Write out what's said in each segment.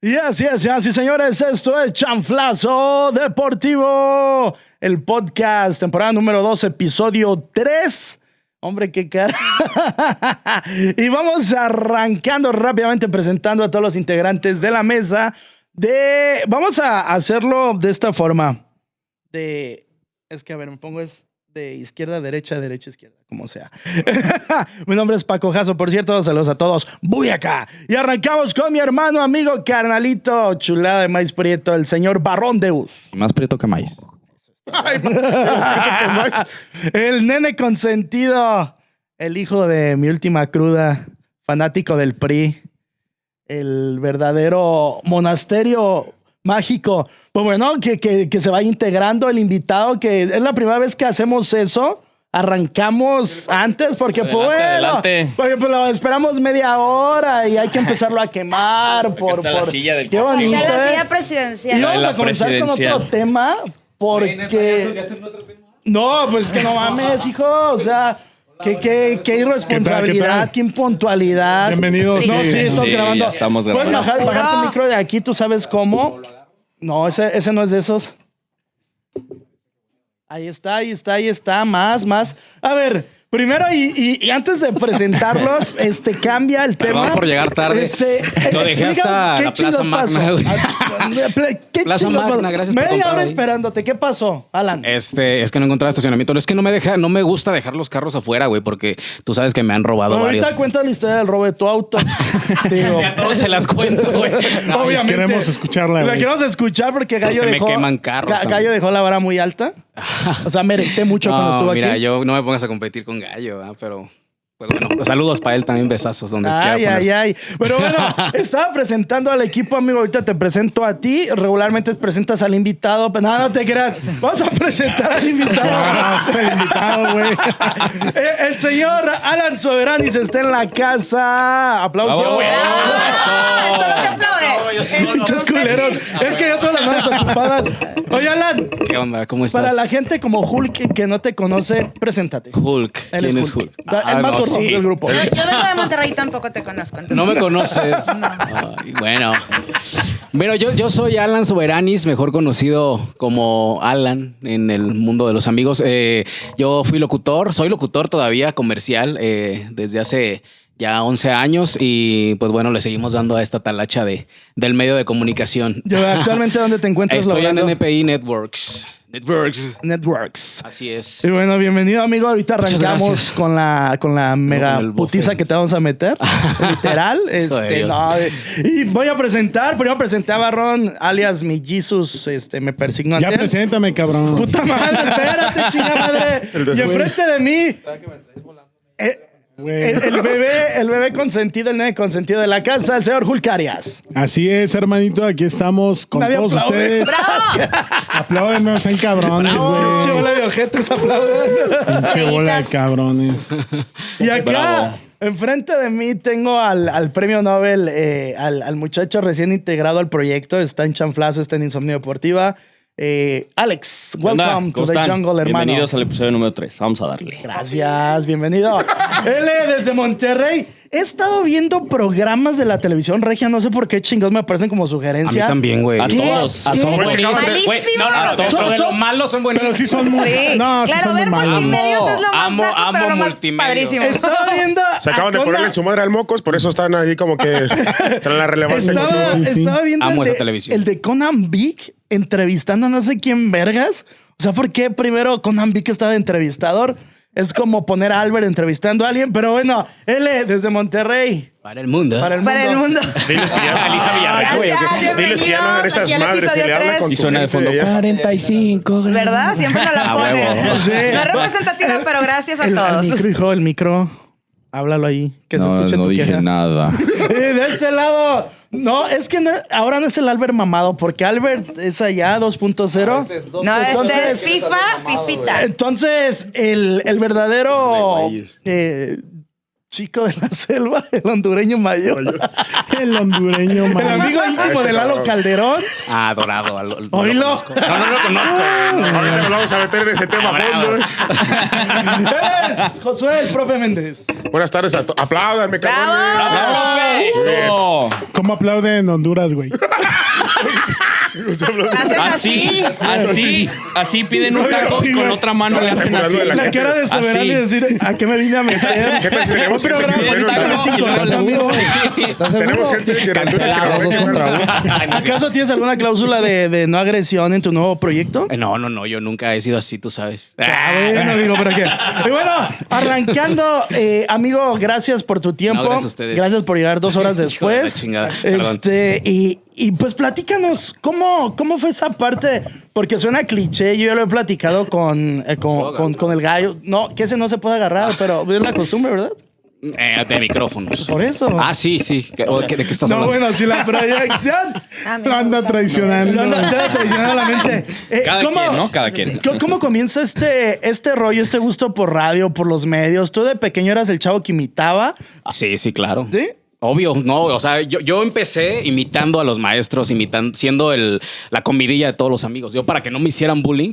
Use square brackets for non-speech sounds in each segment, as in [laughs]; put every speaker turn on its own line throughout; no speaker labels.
Y así es, así señores, esto es Chanflazo Deportivo, el podcast, temporada número 2, episodio 3. Hombre, qué cara. [laughs] y vamos arrancando rápidamente presentando a todos los integrantes de la mesa. De, vamos a hacerlo de esta forma. De, es que a ver, me pongo es de izquierda, derecha, derecha, izquierda, como sea. [laughs] mi nombre es Paco Jasso, por cierto, saludos a todos. Voy acá. Y arrancamos con mi hermano, amigo, carnalito, chulada de maíz prieto, el señor Barrón Deus.
Más prieto que maíz.
Ay, ma-
el nene consentido, el hijo de mi última cruda, fanático del PRI, el verdadero monasterio mágico. Pues bueno, que, que- que se vaya integrando el invitado, que es la primera vez que hacemos eso. Arrancamos antes porque pues,
Adelante,
bueno,
adelante.
porque pues, lo esperamos media hora y hay que empezarlo a
[laughs]
quemar por,
está la
por-
silla del
qué
castillo.
bonito,
Ya la
¿eh?
silla
Y
presidencial.
vamos
la
a comenzar con otro
presidencial.
tema porque. No, pues es que no mames, hijo. O sea, qué, qué, qué irresponsabilidad, qué impuntualidad.
Bienvenidos.
No, sí,
Sí,
estás
sí,
grabando.
ya estamos
Puedes
grabando.
bajar, bajar tu
No.
micro de aquí, tú sabes cómo. No, ese, ese no es de esos. Ahí está, ahí está, ahí está. Más, más. A ver, primero y, y- y antes de
[laughs]
presentarlos, este cambia el tema.
Perdón por llegar tarde.
Este,
Lo dejé hasta
explícame
la
qué
Plaza
chidos pasó.
Magna, güey. [laughs]
Ah, pl- ¿Qué
Plaza
chidos
Magna,
pasó?
gracias por
Media
contar
hora
ahí.
esperándote. ¿Qué pasó, Alan?
Este, es que no encontraba estacionamiento. Es que no me deja, no me gusta dejar los carros afuera, güey, porque tú sabes que me han robado
Bueno,
varios.
ahorita cuenta la historia del robo de tu
[laughs]
auto. Digo,
A [laughs] todos se las cuento,
[laughs]
güey. No,
obviamente.
queremos escucharla,
La
güey.
queremos escuchar porque Gallo
se me
dejó.
queman carros
Ga-
también.
Gallo dejó la vara muy alta. O sea, me erecté mucho cuando
[laughs] no,
estuvo aquí.
mira, yo no me pongas a competir con Gallo, ¿verdad? pero pues bueno, saludos para él también, besazos donde
Ay,
quiera
ay,
ponerse.
ay. Pero
[laughs]
bueno, estaba presentando al equipo, amigo. Ahorita te presento a ti. Regularmente presentas al invitado, pero nada, no te creas. Vamos a presentar al
[laughs]
invitado. Eh,
Ah, es el
[laughs]
invitado, güey.
el, el señor Alan Soberanis está en la casa. Aplausos.
Bravo, güey.
Ah, Solo se aplaude.
Muchos culeros. Es que yo todas las manos ocupadas. Oye, Alan,
¿Qué onda? ¿Cómo estás?
para la gente como Hulk que no te conoce, preséntate.
Hulk.
Él
¿Quién es Hulk?
Da- El
Ah,
más
no,
gordo
sí.
del
[laughs]
grupo.
Yo, yo vengo de Monterrey, tampoco te conozco. entonces-
No me
[laughs]
conoces. Ay, bueno. Bueno, yo, yo soy Alan Soberanis, mejor conocido como Alan en el mundo de los amigos. Eh, yo fui locutor, soy locutor todavía comercial eh, desde hace ya 11 años y pues bueno, le seguimos dando a esta talacha de, del medio de comunicación.
Yo,
[laughs]
actualmente, ¿dónde te encuentras?
Estoy en
logrando?
NPI Networks. Networks.
Networks.
Así es.
Y bueno, bienvenido amigo. Ahorita
Muchas
arrancamos
gracias.
con la, con la mega
con el buffet.
putiza que te vamos a
[laughs]
meter. Literal. este,
Dios.
no, eh, y voy a presentar. Primero presenté a Barrón, alias mi Jesus. Este, me persigno
Ya
ante él.
preséntame, cabrón.
Puta madre,
[laughs]
espérate, chinga madre. Y enfrente de mí. eh,
Güey.
El, el bebé, el bebé consentido, el nene consentido de la casa, el señor Hulk Arias.
Así es, hermanito. Aquí estamos con
Nadie
todos
aplaude.
ustedes. Apláudenos en cabrones,
Che,
güey.
bola de ojetes, aplaudan.
Pinche bola de
Rayitas.
cabrones.
Y acá,
Bravo.
eh.
enfrente de mí, tengo al, al premio Nobel, eh, al, al muchacho recién integrado al proyecto. Está en Chanflazo, está en Insomnio Deportiva. Eh, Alex,
¿Qué onda?
welcome to
¿Cómo
the
están?
jungle, hermano.
Bienvenidos al episodio número 3. Vamos a darle.
Gracias, bienvenido. L desde Monterrey. He estado viendo programas de la televisión regia, no sé por qué chingados me aparecen como
A mí
sugerencia.
también, güey.
A
¿Qué?
todos. A
¿Qué?
todos.
Malísimos.
Güey, No, no, a todos.
Son-
Pero de lo
son-
malo son buenos.
Pero sí son muy.
Sí.
No, sí
claro,
son muy
ver
malos.
multimedios es lo más
Amo-
naco,
amo
pero lo más
multimedios.
padrísimo.
Estaba viendo.
Se acaban de
a
ponerle
Conan-
en su madre al mocos, por eso están ahí como que traen la relevancia.
Estaba,
Sí, sí, sí.
estaba viendo
Amo
el,
esa
de,
televisión.
el de Conan Big entrevistando a no sé quién vergas. O sea, ¿por qué primero Conan Big estaba de entrevistador? Es como poner a Albert entrevistando a alguien, pero bueno, L desde Monterrey
Para el mundo.
para el mundo.
[laughs] Para el mundo.
Diles que ya, Elisa Villarreal, güey, o sea,
Gracias,
Diles que ya no hagan
bienvenidos
esas
aquí al
madres que
episodio
le hablan
tres.
con
Y
su
suena de
gente
fondo.
allá.
45 grados.
¿Verdad? Siempre nos la
A
ponen.
huevo.
No
Sí.
es representativa, pero gracias a
El, el
todos.
micro, hijo, el micro. Háblalo ahí, que se
No,
escuche
no
tu
dije
queja.
nada.
Y de este lado, no, es que no- ahora no es el Albert mamado, porque Albert es allá 2.0.
No, este
Entonces-
es FIFA, Fifita.
Entonces, el, el verdadero eh, chico de la selva, el hondureño mayor.
El
[laughs]
hondureño,
El
man.
amigo íntimo de Lalo Calderón.
Ah, dorado. al- al- No
Oílo.
lo [laughs] conozco. No, no lo conozco. güey. No, no,
Ahorita nos vamos a meter en ese tema a fondo. eh.
[laughs] Es Josué, el profe Méndez.
Buenas tardes a todos. Apláudanme, cabrón.
Eso.
¡Bravo!
¿Cómo aplauden en Honduras, güey?
La hacen
Ah,
Así,
así.
así, así piden un taco
Así,
y con
güey.
otra mano le hacen
Por algo
así.
de la
La cara de soberano y decir, ¿a qué me vine a
¿Qué
meter?
tal si tenemos
Un
gente
programa
que
de
nos
taco.
regaña? Tenemos gente que nos
Cancelados
regaña.
dos contra uno.
¿Acaso tienes alguna cláusula de, de no agresión en tu nuevo proyecto?
Eh, No, no, no, yo nunca he sido así, tú sabes.
Ah, bueno, digo, pero qué. Y bueno, arrancando, eh, amigo, gracias por tu tiempo.
No, gracias a ustedes.
Gracias por llegar dos horas
[laughs] Hijo de la
después.
chingada, perdón.
este, y, y pues platícanos, ¿cómo, ¿cómo fue esa parte? Porque suena cliché, yo ya lo he platicado con, eh, con, con- con el gallo. No, que ese no se puede agarrar, pero es la costumbre, ¿verdad?
Eh, de micrófonos.
Por eso.
Ah, sí, sí. ¿Qué- o qué- ¿De qué estás
No,
hablando?
bueno, si
[laughs]
la proyección
Ah, me
Lo
gusta.
anda
Ah,
traicionando.
no, no, te va traicionando la
[laughs]
mente. Eh,
Cada quien, ¿no? Cada quien.
¿Cómo, cómo comienza este, este rollo, este gusto por radio, por los medios? Tú de pequeño eras el chavo que imitaba.
Sí, sí, claro.
¿Sí?
Obvio, no, o sea, yo, yo empecé imitando a los maestros, imitando, siendo el, la comidilla de todos los amigos. Yo para que no me hicieran bullying.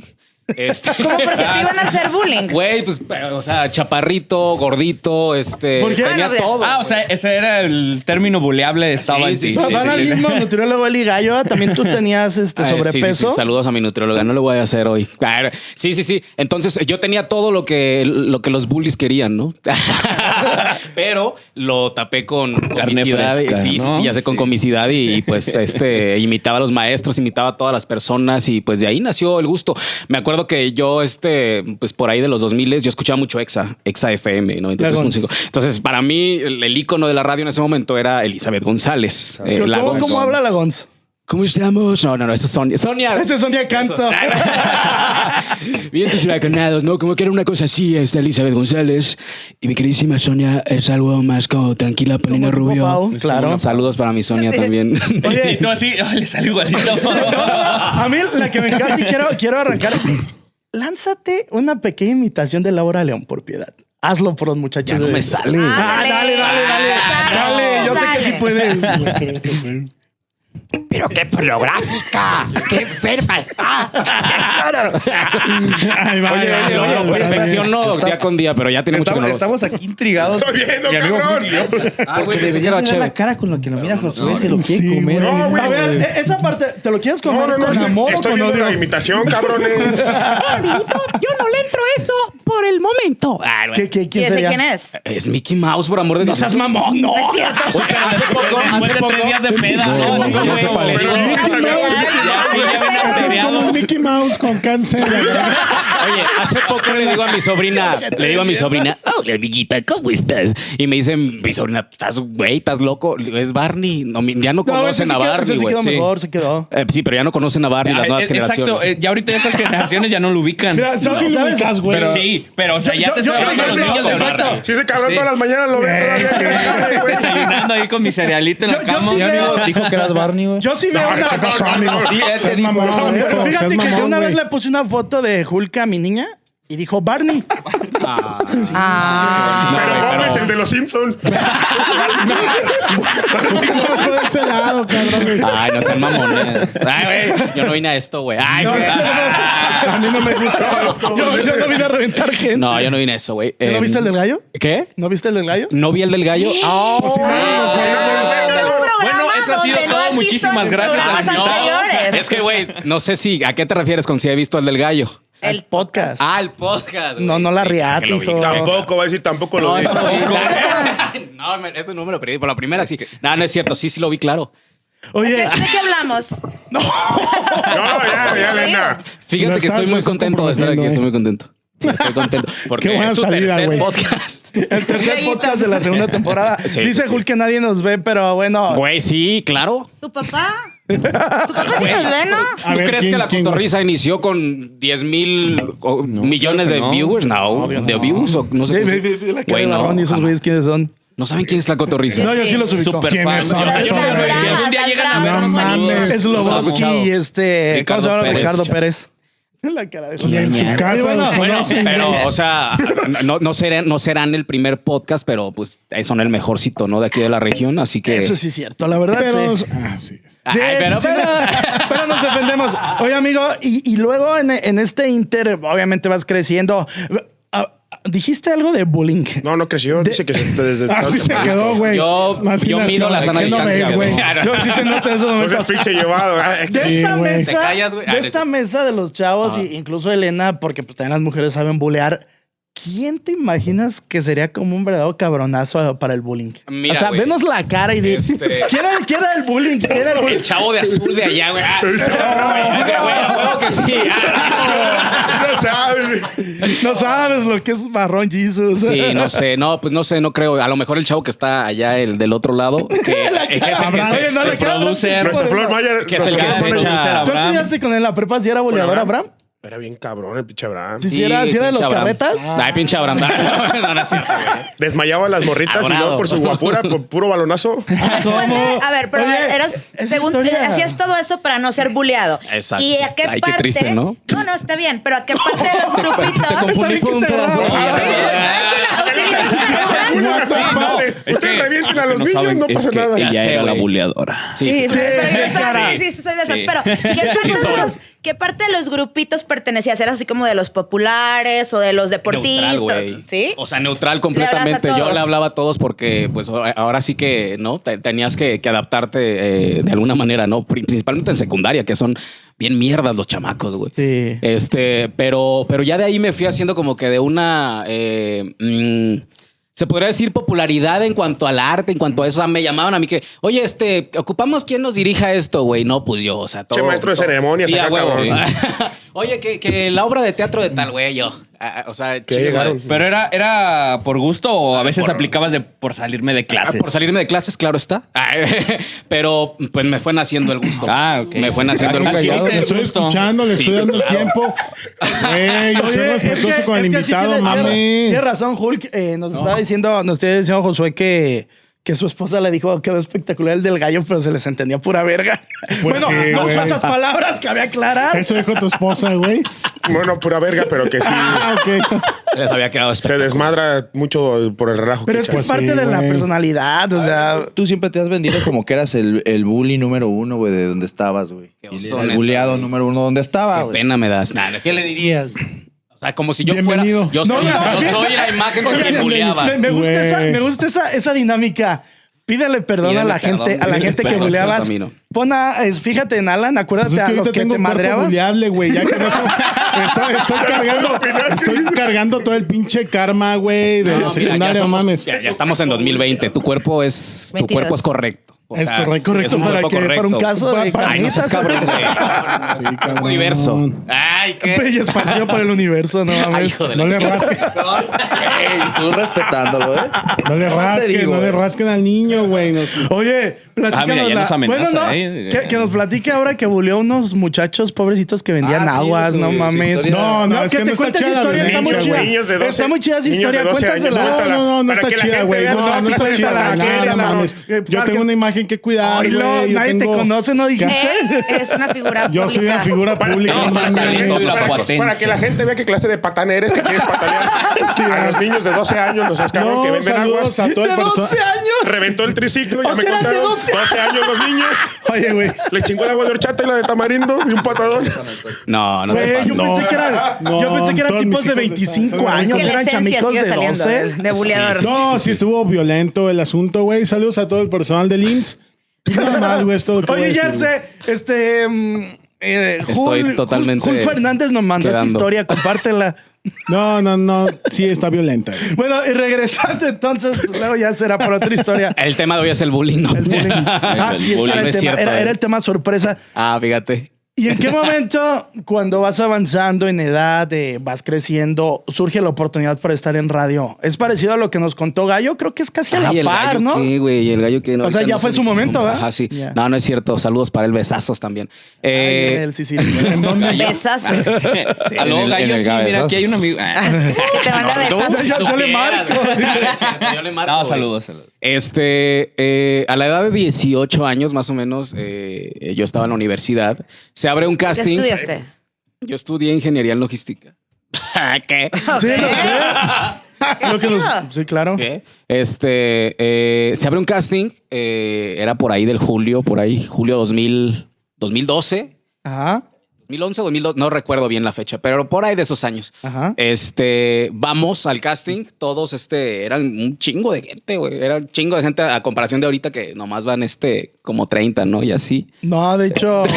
Este,
¿Cómo porque te iban a hacer bullying?
[laughs] güey, pues, pero, o sea, chaparrito, gordito, este,
¿Por qué?
tenía
Ah, no,
[laughs]
todo.
Ah, o sea, ese era el término buleable estaba
Sí,
en ti.
sí,
O sea,
sí,
Van
sí,
al
sí.
mismo nutriólogo Eli Gallo, ah, también tú tenías este
Ah, sí, sí,
sobrepeso.
sí. Saludos a mi nutrióloga, no lo voy a hacer hoy. Ah, era- Sí, sí, sí. Entonces yo tenía todo lo que, lo que los bullies querían, ¿no? [laughs] Pero lo tapé con
Carne
comicidad.
fresca,
sí, sí,
¿no?
sí, ya sé, con
Sí.
comicidad y,
[laughs]
y, pues este imitaba a los maestros, imitaba a todas las personas y pues de ahí nació el gusto. Me acuerdo que yo este pues por ahí de los 2000 yo escuchaba mucho Exa, Exa FM 93.5. Entonces para mí el, el ícono de la radio en ese momento era Elizabeth González. eh,
¿Cómo-
la
¿Cómo,
Gonz.
cómo habla la Gonz?
¿Cómo estamos? No, no, no, eso es Sonia. Sonia. [laughs]
Ese es un día canto.
Bien tus huracanados, ¿no? Como que era una cosa así, esta Elizabeth González. Y mi queridísima Sonia es algo más como tranquila, Polina
Como tipo
Rubio.
Pau,
Es
claro.
como- Saludos para mi Sonia
Sí.
también. [laughs]
Oye.
Y tú así, ay, le salió igualito.
[laughs] No, no, no. A mí la que me encanta y quiero, quiero arrancar. Lánzate una pequeña imitación de Laura León, por piedad. Hazlo por los muchachos.
Ya no
de-
me sale.
Ah, dale,
Ándale.
dale, dale.
Ah,
dale,
no
yo sé que
sale.
sí puedes.
¡Pero qué pornográfica! ¡Qué enferma está!
Ay, va,
oye,
va,
oye, oye,
va, va,
lo
va, va.
perfecciono día con día, pero ya tiene mucho que
Estamos,
no lo-
estamos aquí intrigados.
Estoy viendo,
Mi amigo
cabrón.
Julio.
Ah,
Porque
güey, pensé que
deberías de
era
ver
chévere.
la cara con la que lo mira Josué, se lo quiere
Sí,
comer. güey.
güey.
No, güey.
A ver, e- esa parte, ¿te lo quieres
No,
comer
no, no.
con
estoy-
amor o
Estoy
con
viendo
odio?
la imitación, cabrones.
yo no le entro eso por el momento. Ah, bueno.
¿Qué, qué,
¿Y
quién
ese
sería?
quién es?
Eh,
Es Mickey Mouse, por amor de
No
Dios.
seas mamón, no.
No es
oh,
cierto.
Pues,
Oye, pero hace poco, hace
Después de
poco-
tres días de peda,
No,
¿no?
no,
Digo,
ya se
güey,
paleció.
pero-
Mickey Mouse.
Ya, sí, ya viene
Ese es como
averiado.
un Mickey Mouse con cáncer.
Oye, hace poco le digo a mi
[laughs]
sobrina, le digo a
¿eh?
mi sobrina, hola amiguita, ¿cómo estás? Y me dicen, mi sobrina, estás güey, estás loco, Le digo, es Barney, no, mi- ya no
No, ese
conocen
sí
a
quedó- ese
Barney,
sí
güey.
quedó
sí.
mejor, se quedó.
Eh, sí, pero ya no conocen a Barney las
Ah,
nuevas
eh,
generaciones.
Exacto, eh, ya ahorita estas generaciones ya no lo ubican.
Mira,
Tú sí lo ubicas, güey.
Pero sí, pero o sea,
Yo-
ya
yo-
te
yo
estoy hablando de los
creo que
niños de
exacto,
ahora.
Sí, ese cabrón
Sí.
todas las mañas lo ve todavía. güey.
Desayunando ahí con mi cerealito en la
Yo- yo
cama.
sí
Mi
veo-
amigo dijo que eras Barney, güey.
Yo sí veo
No,
una.
no, no, no, no, no.
Y
[laughs]
él te
Seas
dijo
mamón,
eso,
güey.
güey.
Pero
seas
Fíjate que yo
mamón,
una vez
güey.
le puse una foto de Hulk a mi niña y dijo Barney.
Ah.
Pero Bob es el de los Simpsons.
Vamos por ese lado,
eh.
cabrón.
Ay, no sean mamones. Ay, güey, yo no vine a esto, güey.
[laughs]
Ay,
No,
güey.
no,
[laughs]
no. A mí no me gusta. Yo, yo no vine a reventar gente.
No, yo no vine a eso, güey.
¿No
Em,
viste el del gallo?
¿Qué?
¿No viste el del gallo?
¿No vi el del gallo? Ah, pues
Ah, pues
Bueno, eso ha sido todo. Muchísimas gracias,
a
Dani. No,
anteriores.
Es que, güey, no sé si a qué te refieres con si he visto el del gallo.
El podcast.
Ah, el podcast. güey.
No, no la
Sí,
riata,
que lo vi.
hijo.
Tampoco, va a decir tampoco lo
No,
vi.
eso no vi. No, me- eso no me lo perdí. Por la primera sí. No, no es cierto. Sí, sí lo vi, claro. [laughs]
Oye,
¿De qué hablamos?
No, ya, ya, Elena.
Fíjate
Lo
que
estás-
estoy
lo
muy
estás
contento de estar aquí.
comprometiendo,
Estoy
eh.
muy contento. Sí, estoy contento.
Qué
Porque
buena
es su
salida,
tercer
güey.
podcast.
el tercer podcast de la segunda temporada.
Sí,
Dice
sí.
Hulk que nadie nos ve, pero bueno.
Güey, sí, claro.
¿Tu papá? ¿Tu papá Ah, sí nos ve, no?
A
¿Tú
ver,
crees
¿quién-
que la
quién?
cotorriza inició con 10 mil o
creo
millones
que
de
no.
viewers? No, de views o no sé.
Ve, ve,
cómo se-
ve, ve la cara
Güey,
de
no,
Barrón y esos
jamás.
güeyes quiénes son.
No saben quién es la cotorriza.
No, yo sí los ubico.
Super fan.
¿Quiénes son?
O sea, yo me
Las
acuerdo,
bravas,
algún día
las
llegan a ver
bravas,
unos
no
sonidos.
mames.
Es
Los has
Lobosky
escuchado.
y este. ¿Cómo se llama?
Ricardo Pérez.
Ricardo Pérez. [laughs] La cara de
Y en su
Y
casa
bueno,
los
bueno,
conocen.
Pero, o sea, no, no, serán, no serán el primer podcast, pero pues eh, son el mejorcito, ¿no? De aquí de la región, así que...
Eso sí es cierto, la verdad.
Pero,
sí.
ah, sí.
Sí,
Ay, pero-
sí, sí, no, pero nos defendemos. Oye, amigo, y, y luego en, en este Inter, obviamente vas creciendo. Ah, Dijiste algo de bullying.
No, no creció. Dice que Ah,
[laughs]
se- desde.
Así se quedó, güey.
Yo-
Así
yo
nació.
mido la
Es
sana
que no
distancia,
ves, güey.
güey.
No, sí se nota en esos
No
momentos.
es el pinche llevado. Ah, es que-
De
Sí,
esta
güey.
mesa,
Te callas, güey. Ah,
de
no,
esta
sí.
mesa de los chavos,
Ajá.
y incluso Elena, porque pues, también las mujeres saben bulear. ¿Quién te imaginas que sería como un verdadero cabronazo para el bullying?
Mira,
o sea,
güey.
venos la cara y di,
Este-
[laughs] ¿quién, era, quién era el bullying? ¿Quién era el
[laughs]
bullying?
El chavo de azul de allá, güey. Ah, [laughs] güey, a huevo que sí. Ah,
No sabes.
No sabes lo que es marrón Jesus. [laughs]
Sí, no sé, no, pues no sé, no creo. A lo mejor el chavo que está allá, el del otro lado, que,
[laughs]
que es el que
Abraham,
se-
oye, no le
el
queda-
producer.
Por
Nuestra
el-
Flor Mayer.
que es el
nuestra
que
Flor
se
echa-
Mayer- Bueno,
¿Tú
Abraham.
estudiaste con él en la prepa si era buleador, Abraham?
Era bien cabrón el pinche Abraham.
¿Si era, si era de
pinche
los
Abraham. Ah.
carretas?
Ay, pinche Abraham. [laughs] No, no, no es cierto, güey.
Desmayaba a las morritas y
Adorado.
luego por su guapura, por puro balonazo.
Después de, a ver, pero
Oye,
eras,
esa
según,
historia-
hacías todo eso para no ser bulleado.
Exacto.
¿Y a qué
Ay, qué
parte?
triste, ¿no?
no, no, está bien, pero ¿a qué parte de
[laughs]
los
Te
grupitos?
Está
confundí
bien que
con un
te
pedazo de
agarraron.
pizza.
Sí, o sea, utilizas ese argumento.
Una
sí,
puta
no,
madre.
es
Ustedes
que-
revienten a
que
los
no
niños,
saben,
no
es
pasa
que
nada.
ya
Ya
sé,
era la
güey.
buleadora.
Sí,
sí,
pero yo
sí,
estaba-
cara.
sí, sí, sí, soy de esas.
Sí.
Pero, ¿qué,
Sí,
parte de
soy.
los- qué parte de los grupitos pertenecías? ¿Eras así como de los populares o de los deportistas?
Neutral, güey.
¿Sí?
O sea, neutral completamente.
Le hablas a
Yo
todos.
le hablaba a todos porque, pues, ahora- ahora sí que, ¿no? Te- Tenías que, que adaptarte eh, de alguna manera, ¿no? Pri- Principalmente en secundaria, que son bien mierdas los chamacos, güey.
Sí.
Este, pero, pero ya de ahí me fui haciendo como que de una. eh, mm, se podría decir popularidad en cuanto al arte, en cuanto a eso. O sea, me llamaban a mí que, oye, este, ocupamos quién nos dirija esto, güey. No, pues yo, o sea, todo.
Che, maestro de
todo-
ceremonias
Sí,
acá,
a huevo.
cabrón.
[laughs] Oye, que, que la obra de teatro de tal, güey, yo. Ah, ah, o sea,
Que
chido,
llegaron.
güey.
Pero era, era por gusto o a veces aplicabas de por salirme de
Ah,
clases.
Por salirme de clases, claro está. Ah, [laughs] Pero pues me fue naciendo el gusto.
Ah, ok.
Me fue naciendo el
Ah,
gusto.
qué
Callado,
Dijiste
le
el
estoy
gusto.
escuchando, le estoy dando el tiempo. Güey, yo soy
Oye, es que-
respetuoso con el
es que sí
invitado,
tiene- tiene-
mami.
Tiene razón, Hulk. eh, nos estaba diciendo, nos estaba diciendo Josué que, que su esposa le dijo quedó espectacular el del gallo, pero se les entendía pura verga. bueno,
Pues sí,
no
güey.
usó esas palabras que había aclarar.
Eso dijo tu esposa, güey.
Bueno, pura verga, pero que sí.
Ah, ok.
Les había quedado
Se
espectacular.
desmadra mucho por el relajo.
pero
que
es que
echa.
es parte
pues sí,
de la
güey.
personalidad, o sea.
Tú siempre te has vendido como que eras el, el bully número uno, güey, de donde estabas, güey.
Qué
Y
oso,
era El
neta,
bulleado
güey.
número uno donde estaba,
Qué
güey.
pena me das. Nah, no es
¿Qué
cierto.
le dirías?
O sea, como si yo
Bienvenido.
fuera. Yo soy,
No, no,
yo soy la imagen de quien buleaba.
Me, me gusta,
Güey.
esa, me gusta esa, esa dinámica. Pídele perdón
Pídele
a la
perdón,
gente, a la
pídele
gente que
perdón,
buleabas.
señor Camino.
Pon a, eh, fíjate en Alan, acuérdate
Pues es
a
que
los
ahorita
que
tengo
te
un cuerpo
madreabas.
vulnerable, güey. Ya que
[laughs]
no so- estoy, estoy cargando, estoy cargando todo el pinche karma, güey, de
No, mira,
secundaria,
ya, somos-
mames.
ya- ya estamos en 2020. Tu cuerpo es, tu
22.
cuerpo es correcto. O
Es
sea,
correcto.
Correcto,
un
para,
cuerpo
que, para un
correcto.
caso de
Ay, no
carnitas.
seas cabrón, güey.
[laughs]
Sí,
cabrón.
Universo. Ay,
Y
qué.
esparcido por el universo, Pues, no
Ay,
mames.
hijo de
No
la
le rasques,
[laughs]
Ey, tú respetándolo, ¿eh?
no le
Nomás te
rasquen,
digo, eh?
no le
güey.
rasquen al niño, güey. no sé.
Oye, platícanos.
Ah, mira, ya
la-
nos amenaza,
bueno, no,
¿eh?
que, que nos platique ahora que buleó unos muchachos pobrecitos que vendían
Ah, sí,
aguas,
su-
no
su
mames.
historia.
No, no, es
que,
que
te
no está
cuentes
chida la
historia, está muy
violencia,
chida.
güey.
Niños de 12,
está muy chida esa
niños de
historia,
12 años,
cuéntasela.
No, no, no, no
Para
está
que la
chida,
gente
güey.
vea,
No,
no,
no,
sí,
está
sí,
chida.
para
No,
que
no
veas,
mames.
cabrón.
Yo
Porque-
tengo una imagen que cuidar,
Ay, no,
güey. Yo
nadie te
tengo-
conoce, no dijiste. [laughs]
Él es una figura
Yo soy una
pública.
figura pública.
No,
no
saca
mames.
lindo,
para-
la
para,
zapatense.
para que la gente vea qué clase de patán eres que quieres patanear. a los niños de 12 años nos escaron que
No,
venden
saludos
aguas.
a todo el
De 12
personal.
años.
Reventó el triciclo,
O
ya me
sea, eran de
contaron.
12.
12 años los niños.
Oye, güey.
Le chingó el agua de horchata y la de tamarindo y un patadón.
No, no.
Güey, yo
No,
pensé que era,
no,
yo pensé que eran
todos mis
tipos de
hijos de-
25
Es
años,
que la
eran
esencia
chamicos
sigue
de
saliendo
12.
de, de buleador.
No, sí estuvo violento el asunto, güey. Saludos a todo el personal del IMSS. Y Nada más, güey, es todo lo que voy
Oye,
a
ya
decir,
sé, este mm, eh,
Estoy
Jul-
totalmente
Jul Fernández nos mandó esta
quedando.
historia,
[laughs]
compártela.
güey. No, no, no. Sí está violenta. güey.
Bueno, y regresando entonces, luego ya será para otra historia.
El tema de hoy es [laughs] el bullying, ¿no?
El
[laughs]
bullying. ah,
El
sí, es que
bullying,
era, el
no es
tema,
cierto,
era-
eh.
era el tema sorpresa.
Ah, fíjate.
¿Y en qué momento, cuando vas avanzando en edad, eh, vas creciendo, surge la oportunidad para estar en radio? Es parecido a lo que nos contó Gallo, creo que es casi a la
Ay, Ah, el
par,
gallo
¿no?
qué, güey, el gallo que no,
O sea,
ahorita
ya
no
fue
sé
su
ni
momento,
nombre.
¿verdad?
Ajá, sí.
Ya.
No, no es cierto. Saludos para el besazos también.
Ay,
Eh, [laughs]
el Siciliano.
[laughs]
Besazos.
sí,
Aló,
en el- en
gallo,
el
sí, mira,
Gabezazos.
aquí hay un amigo. Ah.
[laughs] que te manda
Yo-
besazos.
yo- yo le
[laughs]
marco.
Es cierto, yo le marco,
No,
Ah, güey.
saludos, saludos.
Este, eh, a la edad de 18 años, más o menos, eh, eh, yo estaba en la universidad. Se abre un
¿Qué
casting.
estudiaste?
Yo estudié ingeniería en logística. Ah, ¿Qué?
Sí, lo
Qué
sé. Lo que nos-
chido.
sí, claro.
¿Qué? Este, eh, se abre un casting, eh, era por ahí del julio, por ahí, julio 2000, 2012,
Ajá.
2011 o 2012, no recuerdo bien la fecha, pero por ahí de esos años.
Ajá.
Este, vamos al casting, todos este, eran un chingo de gente, güey, era un chingo de gente a comparación de ahorita que nomás van este, como 30, ¿no? Y así.
No, de [laughs] hecho. un-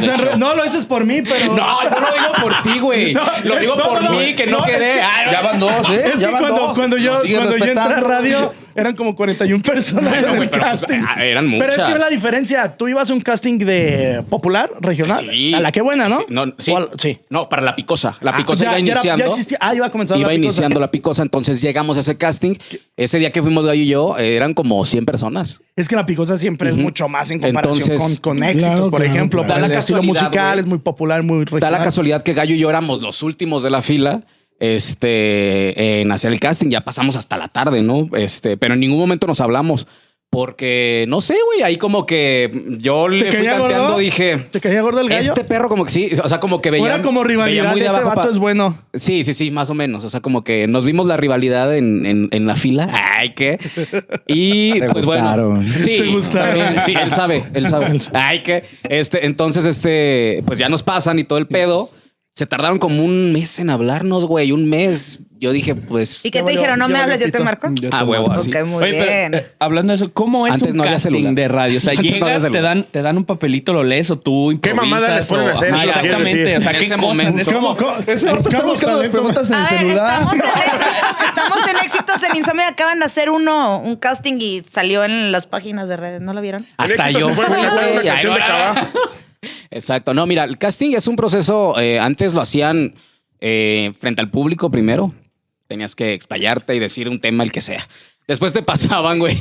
de hecho.
No, lo dices por mí, pero.
No, yo lo digo por ti, [laughs] güey.
No,
lo digo
no,
por
no,
mí,
no,
que no,
no, es
quedé.
que-
Ah, no,
Ya
[laughs]
van dos, ¿eh?
Es
ya
que
van
cuando,
dos.
cuando yo,
Nos siguen
cuando yo entré a
respetando.
radio, eran como 41 personas
Bueno,
en el
güey, pero, pues,
casting.
ah, eran
Pero es que
muchas.
ve la diferencia. Tú ibas a un casting de popular, regional.
Sí.
A la que buena, ¿no?
Sí, no, sí.
O al- sí.
No, para la picosa. La
Ah,
picosa
ya-
iba
ya era- ya
iniciando.
existía- ah, iba comenzando
Iba
la picosa.
iniciando la picosa. Entonces llegamos a ese casting. Ese día que fuimos Gallo y yo, eh, eran como 100 personas.
Es que la picosa siempre es mucho más en comparación
Entonces-
con, con éxitos,
Claro,
por
claro,
ejemplo.
claro.
por
Da
el
la
estilo
casualidad,
musical
güey.
es muy popular, muy
Da
regional.
la casualidad que Gallo y yo éramos los últimos de la fila este, en hacer el casting. Ya pasamos hasta la tarde, ¿no? Este, pero en ningún momento nos hablamos. Porque, no sé, güey, ahí como que yo le fui
caía gordo?
tanteando, dije...
¿Te caía gordo el gallo?
Este perro como que sí, o sea, como que veía...
Fuera como
veía
rivalidad
muy
de
de
ese
abajo
vato
pa-
es bueno.
Sí, sí, sí, más o menos. O sea, como que nos vimos la rivalidad en, en- en la fila. [laughs] Ay, qué. Y
Se
pues bueno.
gustaron.
Sí,
Se gustaron.
también, sí, él sabe, él sabe. Ay, qué. Este, entonces, este, pues ya nos pasan y todo el pedo. Se tardaron como un mes en hablarnos, güey. Un mes. Yo dije, pues.
¿Y qué te
valió-
dijeron? No
ya
me
valió
hables, yo te
pito.
marco.
a huevo, así.
Ok, muy
Oye, pero,
bien.
eh, hablando de eso, ¿cómo es
Antes
un
no había
casting
celular.
de radio? O sea,
Antes no había
llegas, te,
celular.
dan, te dan un papelito, lo lees o tú improvisas.
mamada les ponen a
o-
hacer?
Ajá,
Eso es lo que quiero
Exactamente. O sea, qué
decir. En ese
cosas.
momento.
Es como...
Eso, está
Buscamos
buscando las
talento,
preguntas en
A
el
ver,
celular.
estamos en éxitos, estamos en éxitos en Insomnia. Acaban de hacer uno, un casting y salió en las páginas de redes. ¿No lo vieron?
Hasta
éxito
yo.
se fue, güey, ya fue una
Ay,
canción de
ahora-
Cabá.
Exacto. No, mira, el casting es un proceso. eh, antes lo hacían eh, frente al público primero. Tenías que explayarte y decir un tema, el que sea. Después te pasaban, güey.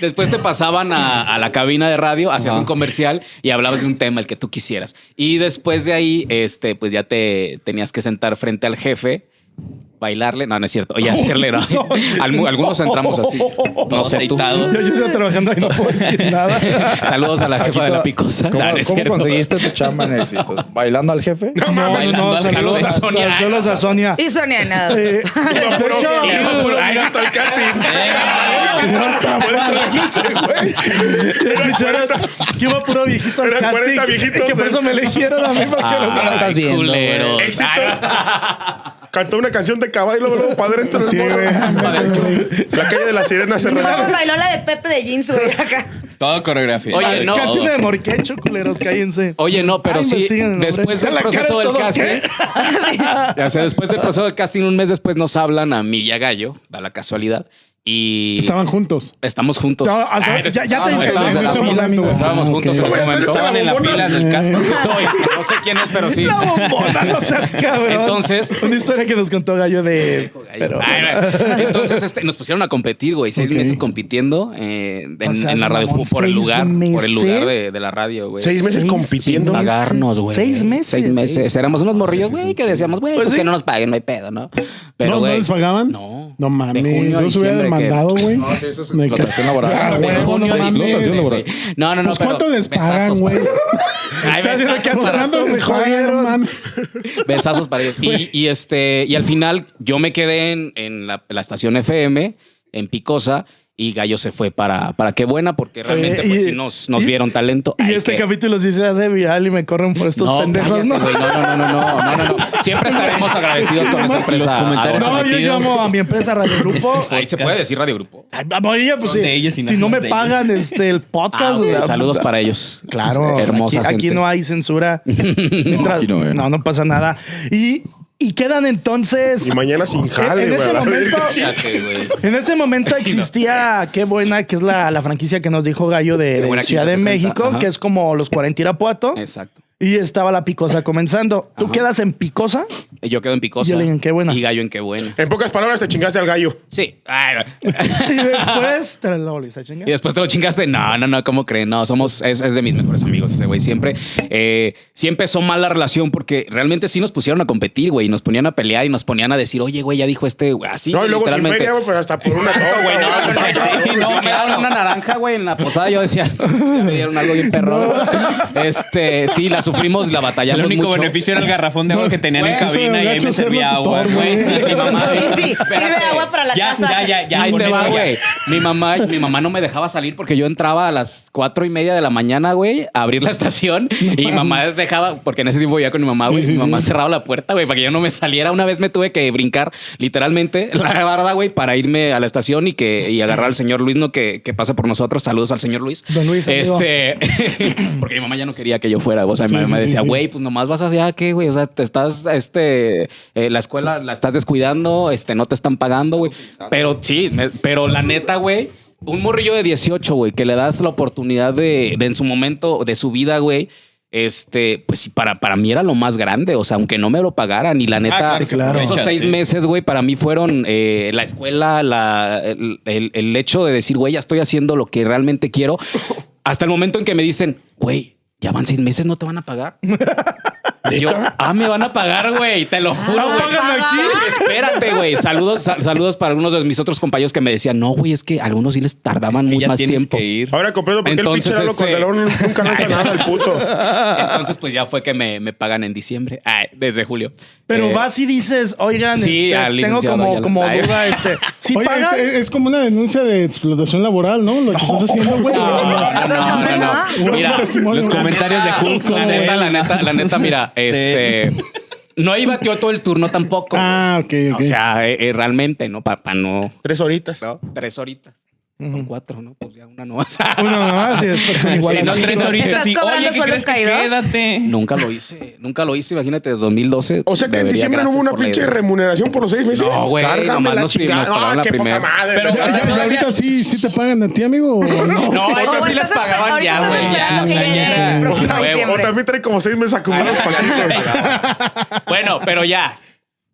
Después te pasaban a, a la cabina de radio, hacías un comercial y hablabas de un tema, el que tú quisieras. Y después de ahí, este, pues ya te tenías que sentar frente al jefe, bailarle. No, no es cierto. Y hacerle. no. Al- Algunos entramos
[laughs]
así. No sé tú.
Aceitado.
Yo, yo estoy trabajando ahí, no puedo
[laughs]
decir
[laughs]
nada.
Saludos a la jefa de la picosa.
¿Cómo,
No, no es
cómo
cierto.
conseguiste tu chamba en éxitos? ¿Bailando al jefe? [laughs]
No,
Bailando al
saludos
calor.
a Sonia. Saludos a
[laughs]
Sonia.
Y Sonia, nada.
Eh,
Iba
de
puro,
hecho,
iba puro minuto al
Eh,
casting. [laughs] Por eso la puse, güey.
escucharon que iba puro viejito al
Eran
casting.
40 viejitos,
que por
eh.
eso me eligieron a mí porque
Ah,
estás
ay,
viendo,
culeros.
güey.
Éxitos. Cantó una canción de caballo, luego padre entre
Sí, güey.
Ah, La calle de la sirena se
Luego
relajó.
bailó la de Pepe de Jeans, güey, acá.
Todo coreografía.
Oye,
los
no.
casting de morquecho, culeros, cállense.
Oye, no, pero
Ah,
sí,
investiguen el nombre.
después
Ya
del
la cara
proceso
de
del
todos,
casting,
¿qué?
[laughs]
[laughs]
ya sea, después del proceso del casting, un mes después nos hablan a mí y a Gallo, da la casualidad, y
Estaban juntos.
estamos juntos. Ah,
No, hasta- Ah, ya- ya te
no,
diste
estábamos-
cuenta.
estábamos-
En ese momento.
estábamos
Ah,
juntos
ok.
en ese
Voy a hacer
momento.
esta
Estaban en la
bombona.
fila del casting.
Sí soy, no sé
[laughs]
quién es, pero sí.
La bombona, no seas cabrón.
Entonces-
Una historia que nos contó Gallo de. Pero,
Ay, güey. Entonces este, nos pusieron a competir, güey. Seis
Ok.
meses compitiendo eh, en,
O sea,
en la radio
mamón,
por el
¿seis
lugar, por el lugar
meses?
de, de la radio, güey.
Seis meses
Seis,
sin
compitiendo.
meses.
pagarnos, güey.
Seis meses.
Seis meses. Éramos unos morrillos, güey, que decíamos, güey,
Pues
pues,
sí.
que no nos paguen, no hay pedo, ¿no?
¿No, ¿No
güey,
les pagaban?
No.
No mames.
De junio a
Yo los hubiera
diciembre que-
[laughs] demandado,
[laughs]
güey.
No, sí, eso es
Me ca-
explotación laboral.
Ah,
De
huevo,
junio
no
a
mames.
diciembre, güey. No, no, no.
Pues, ¿cuánto
pero
les pagan,
besazos para
güey? [laughs]
ellos. Ay,
Estás haciendo
besazos
que hace
para-
rato me jodieron.
[laughs] Besazos para ellos. Y, y este, y al final yo me quedé en, en la, la estación FM, en Picosa, y Gallo se fue para, para qué buena,
Eh,
porque realmente
Oye,
pues,
y-
sí nos, nos
y-
vieron talento.
Y
Ay,
este
qué-
capítulo sí se hace viral y me corren por estos
no,
pendejos,
cállate,
¿no?
güey. no, no, no, no, no, no, no, no.
[laughs]
Siempre estaremos agradecidos con esa empresa.
Los comentarios
No, yo
sometidos.
llamo a mi empresa
[laughs]
Radio Grupo.
Ahí se puede decir Radio Grupo.
Ay, oye, pues,
Son
si,
de ellos y
si
nada
no
más
me
de
pagan este el podcast,
Ah,
o
güey,
sea,
saludos para ellos. Este,
Claro,
hermosa
aquí, aquí
gente.
no hay
[laughs]
censura. Mientras-
Aquí no,
no,
eh.
no, pasa nada. Y, y quedan entonces.
Y mañana sin jale,
en, en
güey,
ese
a la
momento,
Fíjate, güey.
en ese momento existía qué buena, que es la, la franquicia que nos dijo Gallo de,
Qué
de
buena
Ciudad de
1560,
México,
ajá.
que es como los 40 Irapuato.
Exacto.
Y estaba la Picosa comenzando. ¿Tú
Ajá.
quedas en Picosa?
Yo quedo en Picosa.
Y él en qué buena.
Y Gallo en qué buena.
En pocas palabras, te chingaste al gallo.
Sí. Ay, no. [laughs]
Y después te la volviste a chingar.
Y después te lo chingaste. No, no, no, ¿cómo creen? No, somos, es, es de mis mejores amigos ese güey. Siempre, eh, sí empezó mal la relación porque realmente sí nos pusieron a competir, güey. y Nos ponían a pelear y nos ponían a decir, oye, güey, ya dijo este, güey, así.
No, y luego sin
literalmente.
feria, güey, pues hasta por una
Exacto,
torta,
güey, no,
güey.
no, no, [laughs] sí, No, me dieron una naranja, güey, en la posada. Yo decía, ya me dieron algo bien perro. Este, sí, la sufrimos y la batallamos
El único
Pues mucho.
beneficio era el garrafón de agua que tenían en
Güey, eso
cabina y
debería
ahí me
hacerlo
servía agua,
doctor,
güey.
güey.
Sí, [laughs] mi mamá.
Sí, sí, sirve de agua para la
ya,
casa.
Ya, ya, ya.
Ahí
con
te
eso
va,
ya.
güey. Mi mamá, mi mamá no me dejaba salir porque yo entraba a las cuatro y media de la mañana, güey, a abrir la estación y mi mamá dejaba, porque en ese tiempo vivía con mi mamá,
Sí,
güey.
sí,
mi mamá
sí.
cerraba la puerta, güey, para que yo no me saliera. Una vez me tuve que brincar literalmente [laughs] la barda, güey, para irme a la estación y que y agarrar al señor Luis, no que, que pasa por nosotros. Saludos al señor Luis.
Don Luis, amigo.
Este, [laughs] porque mi mamá ya no quería que yo fuera. O sea,
Sí,
mi mamá
sí, sí,
decía,
sí.
güey, pues nomás vas hacia qué, güey. O sea, te estás, este, eh, la escuela la estás descuidando, este, no te están pagando, güey. Pero sí, me- pero la neta, güey. Un morrillo de 18, güey, que le das la oportunidad de, de en su momento, de su vida, güey. Este, pues sí, para, para mí era lo más grande, o sea, aunque no me lo pagaran, y
Ah,
la neta,
claro, claro.
esos seis
Sí.
meses, güey, para mí fueron eh, la escuela, la, el, el- el hecho de decir, güey, ya estoy haciendo lo que realmente quiero, hasta el momento en que me dicen, güey, ya van seis meses, no te van a pagar. Y yo, ah, me van a pagar, güey, te lo juro, güey. Espérate, güey. Saludos, sal- saludos para algunos de mis otros compañeros que me decían, no, güey, es que algunos sí les tardaban
Es que
muy
ya
más
tienes
tiempo.
que ir.
Ahora comprendo por qué el
Entonces,
pinche Lalo
este-
Condelón
[laughs]
nunca lanza nada, el puto.
Entonces, pues ya fue que me, me pagan en diciembre, Ay, desde julio.
Pero
Eh,
vas y dices, oigan,
sí,
este,
al
tengo
licenciado
como,
Ayala.
como
Ay.
duda,
[laughs]
este, si
Oye,
pagan, [laughs]
es, es como una denuncia de explotación laboral, ¿no? Lo que estás haciendo, güey.
No, no, no, no, no. Mira,
Los comentarios de Hulk.
la neta, la neta, la neta, mira, este. No ahí batió todo el turno tampoco.
Ah, ok, ok.
O sea, eh, eh, realmente, ¿no? Para no,
Tres horitas.
¿no? Tres horitas. Son cuatro, ¿no? Pues ya una no [laughs] vas
uno nomás y
[laughs]
después con igual.
Si no,
a-
tres horitas
¿Estás
y
cobrando
oye, ¿qué
sueldos
crees que
caídos?
quédate?
Nunca lo hice, nunca lo hice, imagínate, desde 2012.
O sea que en
Debería,
diciembre no hubo
gracias
una
por la
pinche
idea.
remuneración por los seis meses.
No, güey,
Cárgame
nomás
la
nos prim- nos
chingada.
pagaron
No,
la
qué poca
primera.
madre.
Pero,
güey.
o sea,
Ya, ya ahorita sí, sí te pagan a ti, amigo. [laughs] o No,
No,
O
ellos sí les
estás esper-
pagaban
ahorita
ya,
estás
güey.
esperando
ya,
que
ya,
llegue
ya.
el próximo
Huevo.
o
diciembre.
también trae como seis meses acumulados patitos. [laughs]
Bueno, pero ya.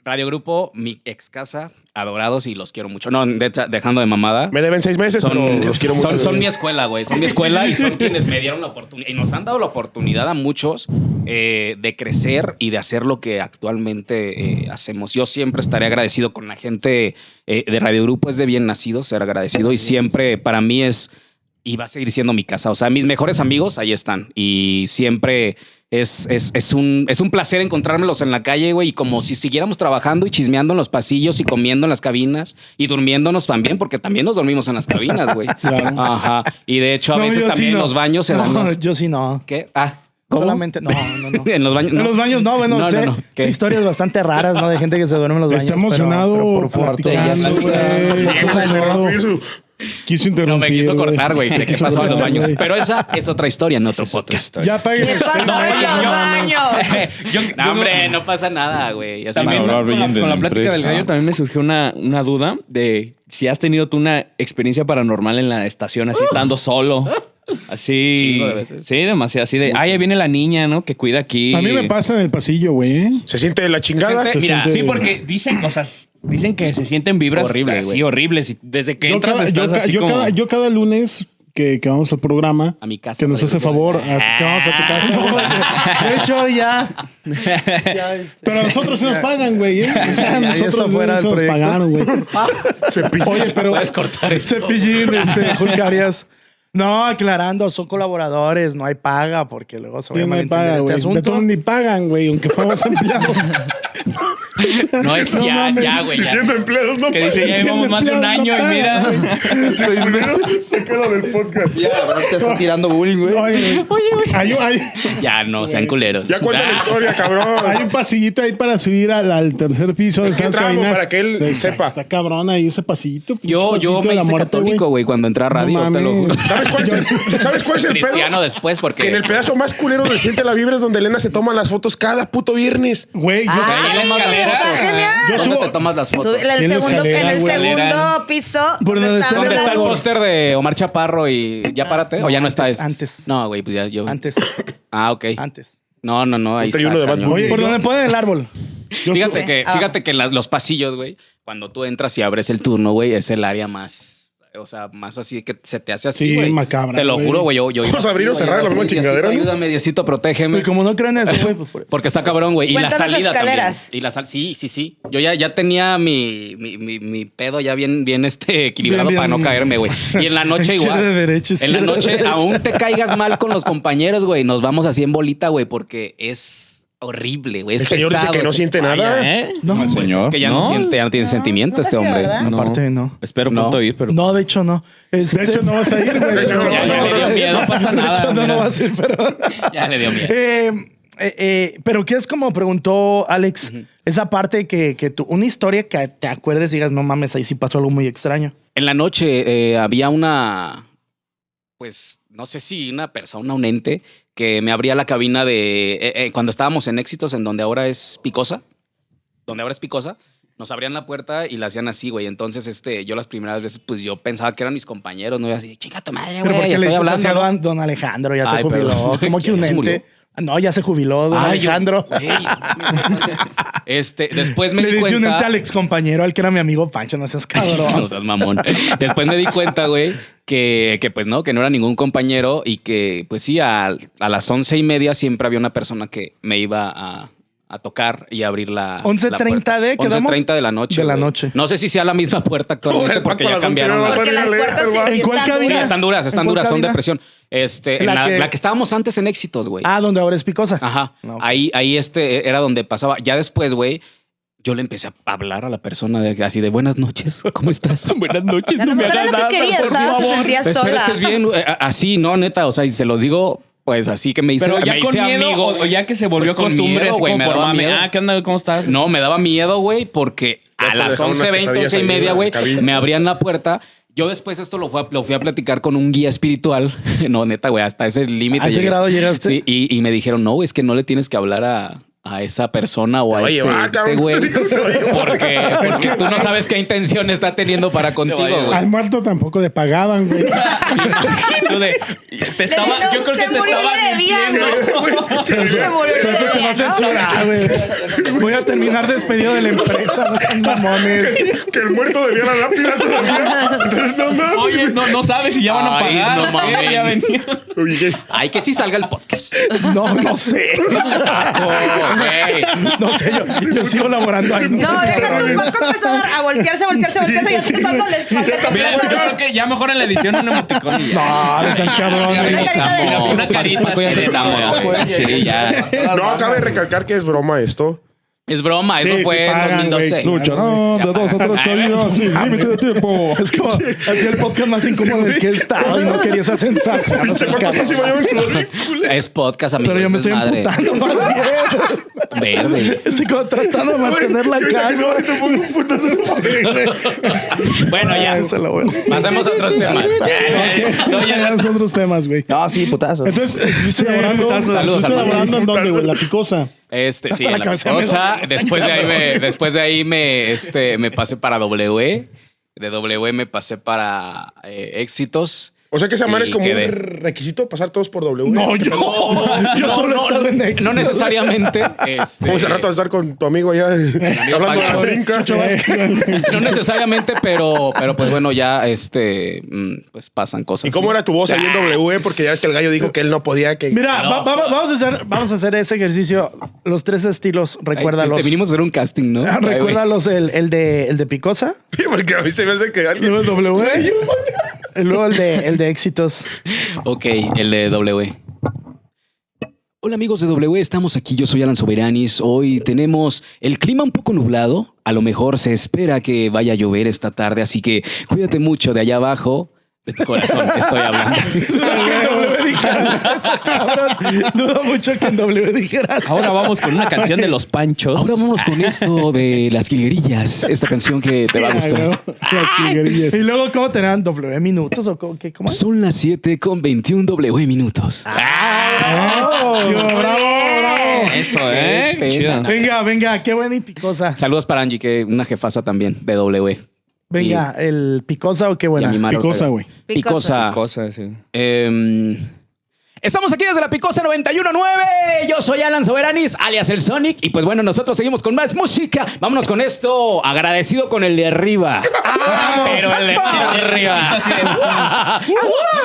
Radio Grupo, mi ex casa, adorados y los quiero mucho. No, de- dejando de mamada.
Me deben seis meses, pero los quiero mucho.
son- son mi escuela, güey. Son mi escuela y
[laughs]
son quienes me dieron la oportunidad. Y nos han dado la oportunidad a muchos eh, de crecer y de hacer lo que actualmente eh, hacemos. Yo siempre estaré agradecido con la gente eh, de Radio Grupo. Es de bien nacido ser agradecido y siempre para mí es y va a seguir siendo mi casa. O sea, mis mejores amigos ahí están. Y siempre es, es, es un, es un placer encontrármelos en la calle, güey. Y como si siguiéramos trabajando y chismeando en los pasillos y comiendo en las cabinas y durmiéndonos también, porque también nos dormimos en las cabinas, güey.
Claro.
Ajá. Y de hecho, a
No,
veces
yo sí
también en
no.
los baños se dan
No,
las-
yo sí no.
¿Qué? Ah, ¿cómo?
Solamente, no, no, no.
[laughs] en los baños.
En los baños no, bueno, sé,
no. ¿Qué?
sé historias bastante raras, ¿no? De gente que se duerme en los baños.
Está
pero-
emocionado
pero por favor,
platicando,
te-
güey.
Bien, pues, interrumpir su-
Quiso interrumpir.
No me quiso
güey.
cortar, güey. ¿De qué
Quiso
pasó en
[laughs]
los
cortar,
baños?
güey.
Pero esa es otra historia en otro podcast. [laughs]
Ya paguen.
¿Qué pasó en los baños?
Yo-
No,
yo-
hombre, no pasa nada, güey. Ya se
También
me-
con
Ahora
la,
venden
con la
la
plática del
empresa.
gallo también me surgió una, una duda de si has tenido tú una experiencia paranormal en la estación, así estando solo. Así.
Chingo de veces.
Sí, demasiado. Así de, ay, ahí viene la niña, ¿no? Que cuida aquí.
A mí me pasa en el pasillo, güey. ¿eh?
Se siente de la chingada.
Siente-
Se
mira,
siente-
sí, porque dicen cosas. Dicen que se sienten vibras
Horrible,
así
güey.
horribles. y desde que
Yo
entras
cada- yo
estás
ca-
así
yo
como.
cada- yo cada lunes que, que vamos al programa,
A mi casa,
que nos
por
hace
ejemplo.
favor, a- que vamos a tu
[laughs]
casa.
De hecho, ya. ya este,
Pero a nosotros sí [laughs] nos pagan, güey. ¿eh? O sea, a
ya está
nosotros
fuera
no
del
nos
proyecto.
pagaron, [laughs] güey.
Oye, pero.
Puedes cortar esto.
Cepillín, este, Julio Arias. No, aclarando, son colaboradores, no hay paga, porque luego se va a
Yo no me
malentender
pagan,
este
güey. De
asunto.
todos ni pagan, güey, aunque fuéramos empleados.
[laughs] No es
[laughs] No
ya,
mames,
ya, güey.
Si
ya.
siendo empleados, no
que
pasa.
dice, ya llevamos más de un año y mira.
Seis meses. Se queda del podcast.
te está tirando bullying, güey.
Oye, güey. Hay, un- hay-
Ya no, sean culeros.
Ya cuenta la
Ah, [laughs]
historia,
hay
cabrón.
un pasillito ahí para subir al, al tercer piso de
Es que
esas
entramos
cabinas.
para que él
Está-
sepa.
Está cabrón ahí ese pasillito. pinche
Yo,
pasillito
yo
de
me
la
hice
muerte,
católico, güey, cuando entré a radio,
No
te lo
mames.
juro.
[laughs]
¿Sabes cuál es el, ¿sabes cuál es el pedo?
Cristiano después,
Que en
porque.
el pedazo más culero donde se siente la vibra es donde Elena se toma las fofotos cada puto viernes.
Güey, yo,
Ah,
en la escalera.
está genial.
yo
¿Dónde
subo-
pues, te tomas las fotos?
Sube- En
Sí, en
el
la
segundo, en
escalera,
el
güey.
segundo piso.
Por
donde
donde
está
está-
¿Dónde está el
Ronaldo.
póster de Omar Chaparro y ya párate? ¿O ya no está
antes,
ese?
antes.
No, güey, pues ya yo.
Antes,
Ah, ok.
antes.
No, no, no, ahí está.
Pero hay uno de Bad
cañón.
Bunny.
Oye,
Por
yo-
donde ponen el árbol.
yo
Fíjate
Sí.
que,
Ah.
fíjate que las- los pasillos, güey, cuando tú entras y abres el turno, güey, es el área más o sea, más así que se te hace
Sí,
así, güey.
macabra,
Te lo
güey.
juro, güey. Yo, yo iba
Vamos a
así,
abrir o
güey,
cerrar
yo
la
iba
misma
así,
chingadera,
Diosito,
¿no?
Ayúdame, Diosito, protégeme.
Y como no creen eso, güey, pues por eso.
Porque está cabrón, güey. Y la
Cuéntanos
salida también.
escaleras.
Y la sal, sí, sí, sí. Yo ya, ya tenía mi, mi, mi, mi pedo ya bien, bien este equilibrado
Bien, bien.
para no caerme, güey. Y
[laughs]
en la noche
Izquierda,
igual.
derecha,
en la
izquierda,
noche,
derecha.
aún te caigas mal con los compañeros, güey. Nos vamos así en bolita, güey, porque es horrible, güey. Es
El señor dice
pesado,
que no
es-
siente
Vaya,
nada.
¿Eh?
No,
Mal
Pues
señor.
es que ya no,
No.
siente, ya no tiene sentimiento
no
este
ha sido,
hombre.
¿verdad?
No.
aparte no.
Espero
No.
pronto ir, pero.
No, de hecho no. Este-
De hecho, no vas a ir, güey.
De hecho, no
Ya,
vas
ya
a
le dio
poder.
miedo, no pasa
De
nada.
hecho, no,
mira.
no va a ser, pero...
Ya le dio miedo.
Eh, eh, eh, pero que es como preguntó Alex, esa parte que, que tú, una historia que te acuerdes y digas, no mames, ahí sí pasó algo muy extraño.
En la noche eh, había una, pues no sé si una persona, un ente, que me abría la cabina de, eh, eh, cuando estábamos en Éxitos, en donde ahora es Picosa, donde ahora es Picosa, nos abrían la puerta y la hacían así, güey. Entonces, este, yo las primeras veces, pues yo pensaba que eran mis compañeros, no era así, chica tu madre,
Pero
güey,
porque le
estoy
dices
hablando.
así a
¿no?".
don, don Alejandro, ya se
Ay,
jubiló.
[laughs] perdón.
Como que
¿Ya
un
se murió?
ente. No, ya se jubiló, don
Ay, yo-
Alejandro.
güey, este, después me
Le
di
dice
cuenta.
un ente al ex compañero, al que era mi amigo Pancho, no seas
[laughs] No
cabrón.
seas mamón. Después me di cuenta, güey, que, que pues no, que no era ningún compañero y que pues sí, a, a las once y media siempre había una persona que me iba a, a tocar y abrir la.
11:30 de,
quedamos.
quedamos.
11.30 de la noche.
De la
güey.
noche.
No sé si sea la misma puerta actualmente
Pobre Paco,
porque
a
ya
las once
cambiaron.
no
la-
va a
Porque las
Dale,
puertas sí,
dale,
sí
¿En cuál
están
cabina?
Sí,
duras.
están duras,
¿En
están
cuál
duras, son
cabina?
depresión. Este, en
La
la,
que-
la que estábamos antes en éxitos, güey.
Ah, donde ahora es Picosa.
Ajá.
No.
Ahí, ahí este era donde pasaba. Ya después, güey, yo le empecé a hablar a la persona de- así de buenas noches, ¿cómo estás?
[laughs] Buenas noches,
A lo
no me
mejor era
hagas
lo que
nada,
querías,
por
¿sabes? Se
favor.
sentía
Pues,
sola.
Pero es que es bien, eh, a- así, no, neta, o sea, y se los digo, pues así que me hice,
Pero
me
ya con
hice
miedo,
amigo.
o, o ya que se volvió
Pues con
costumbre,
miedo,
es
güey,
como
me
por
daba
mame.
miedo.
Ah, ¿qué onda? ¿Cómo estás?
No, me daba miedo, güey, porque
Ya
a
te
las
dejaron unas
11.20,
pesadillas
11 y
ahí en
media,
la
güey,
cabina.
me abrían la puerta. Yo después esto lo fui a, lo fui a platicar con un guía espiritual. [laughs] No, neta, güey, hasta ese límite.
¿A ese
llegué.
grado llegaste?
Sí, y, y me dijeron, no, es que no le tienes que hablar a, a esa persona o a
Oye,
ese
va,
ente,
cabrón,
güey.
[laughs] te digo, te va a llevar.
Porque, porque tú no sabes qué intención está teniendo para contigo,
llevar.
güey.
Al muerto tampoco le pagaban, güey.
[laughs] Tú de- te estaba,
no,
yo creo
se
que te
murió
estaba
de
mintiendo.
Se murió de
Entonces se va a
[laughs] vieja, ¿no?
censurar, güey. Voy a terminar despedido de la empresa, no sean mamones.
Que el muerto debía la lápida todavía. Entonces, no mames.
[laughs] Oye, no, no sabes si ya van a
Ay,
pagar.
no mames.
¿qué? Ya venía. [laughs]
Oye, ¿qué?
Ay, que sí salga el podcast.
No, no
[laughs]
sé. No sé, yo, yo sigo laborando ahí. No,
No,
sé qué
deja tu
rollo.
Paco empezó a, dar- a voltearse, a voltearse, a voltearse, ya está dando la
Mira, yo
espalda.
creo que ya mejor en la edición un emoticón y ya.
No, no sean cabrones.
Una carita de-
Mira, una carita
Paco ya
así
se
de
enamoró,
no,
güey.
güey. Sí, ya.
No, cabe recalcar que es broma esto.
Es broma, eso
Sí, sí
fue
pagan,
en
güey.
2012.
Lucharon de dos a tres caídas sin límite de tiempo.
Ah, Es como hacía el podcast más incómodo del que he estado y no quería esa sensación.
Pinche Paco está encima de un chorrícule.
Es podcast, amigo.
Pero yo
es
me estoy
desmadre.
emputando más bien.
Verde.
Estoy como tratando de mantener la
Yo ya que me
calma.
voy, te pongo un putazo, no sé, güey.
Bueno, ya.
Ah, se lo voy a-
Pasemos a otros temas.
No, ya son otros temas, güey.
No, sí, putazo.
Entonces, estuviste
Sí,
laborando,
putazo.
Saludos,
estuviste
saludos.
laborando en dónde, güey, la picosa.
Este, sí,
la
en la
cabeza me
cosa.
duele.
Después de ahí me, después de ahí me, este, me pasé para W. E. De W E me pasé para eh, éxitos.
O sea que esa madre es
Y
como
quedé.
un requisito pasar todos por W.
No, yo. Yo solo estaba en
No
éxito.
necesariamente. Este,
[laughs] Como ese rato a estar con tu amigo allá [laughs] hablando de la
Pancho.
trinca.
No necesariamente, pero, pero pues bueno, ya este, mm, pues pasan cosas.
¿Y cómo
¿no?
era tu voz ahí en W? Porque ya ves que el gallo dijo que él no podía que.
Mira, va- va- vamos, a hacer,
[laughs]
vamos a hacer ese ejercicio. Los tres estilos,
Ay,
recuérdalos. Ah,
Te vinimos a hacer un casting,
[laughs] Ah,
¿no? Ay, güey.
Recuérdalos el, el, de, el de Picosa,
[laughs] Porque a mí se me hace que alguien.
luego el [laughs] W, y luego el de, el de [laughs] Éxitos.
Ok, el de W. Hola amigos de W, estamos aquí, yo soy Alan Soberanis. Hoy tenemos el clima un poco nublado, a lo mejor se espera que vaya a llover esta tarde, así que cuídate mucho de allá abajo. De tu corazón te estoy
[laughs]
hablando.
W dijeras eso, [laughs] cabrón. Dudo mucho que en W dijeras.
Ahora vamos con una canción de los panchos.
Ahora vámonos con esto de las jilguerillas, esta canción que te va a gustar.
Las jilguerillas.
Y luego, ¿cómo tenían W minutos o cómo, qué, cómo es?
Son las 7 con 21 W minutos.
Yo, bravo, bravo.
Eso, ¿eh?
Qué
Chido.
pena.
Venga, venga, qué buena y Picosa.
Saludos para Angie, que es una jefaza también de W.
Venga, el Picosa o qué
Y
[laughs]
a
buena.
mi Mar Ortega.
Picosa, güey.
Picosa.
Cosa, sí.
Em, Estamos aquí desde la Picosa 919. Yo soy Alan Soberanis, alias el Sonic. Y pues bueno, nosotros seguimos con más música. Vámonos con esto. Agradecido con el de arriba. pero el de más arriba.
[laughs]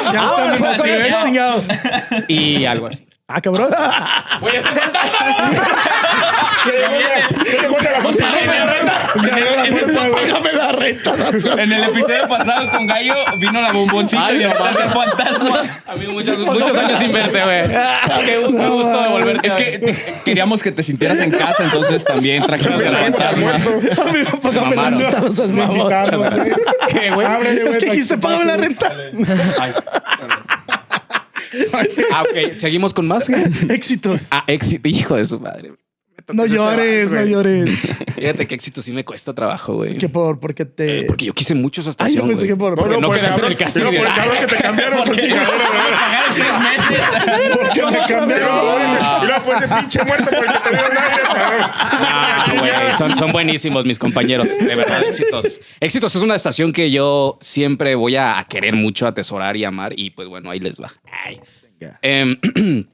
Ya está,
Vámonos,
me
pues, con
motivé,
esto.
eh, chingado.
Y algo
[laughs]
así.
Ah, [laughs] cabrón.
Pues,
Voy a hacer fantasma. [laughs]
Yo le cuento las
O sea,
cosas.
en el renta- en el- en el-
Págame la renta.
en el episodio pasado con Gallo vino la bomboncita
Ay,
y
no
ahorita es el fantasma.
Amigo, muchos, muchos años sin verte, güey.
Ah, Qué, gu- qué gusto de volver. Es que te- queríamos que te sintieras en casa, entonces también trajimos al fantasma.
Amigo, págame la
mamaron.
renta. No seas mamón.
Invitamos, güey.
¿Qué, güey?
Ábrele, güey,
[laughs] Es que
para
dijiste,
te
págame la
pase,
renta.
Ah, ok. Seguimos con más.
[laughs] Éxito.
Ah, éxito. Hijo de su madre.
No llores, no llores.
Fíjate que éxito sí me cuesta trabajo, güey. [laughs]
Que por, porque te.
Porque yo quise mucho esa
Ay, yo
estación,
pensé
Eh, güey.
que por.
Porque no,
por
quedaste en
cabrón-
el casting.
pero por el cabrón que
[laughs]
te cambiaron con chingadera, ¿verdad?
Pagar en seis meses.
porque me
Pero
cambiaron.
ahora es- Y luego pues de pinche muerto porque te dieron aire.
Ah,
cabrón.
güey, son, son buenísimos mis compañeros, de verdad, éxitos. Éxitos es una estación que yo siempre voy a, a querer mucho, atesorar y amar, y pues bueno, ahí les va. Ay. Em, [clears throat]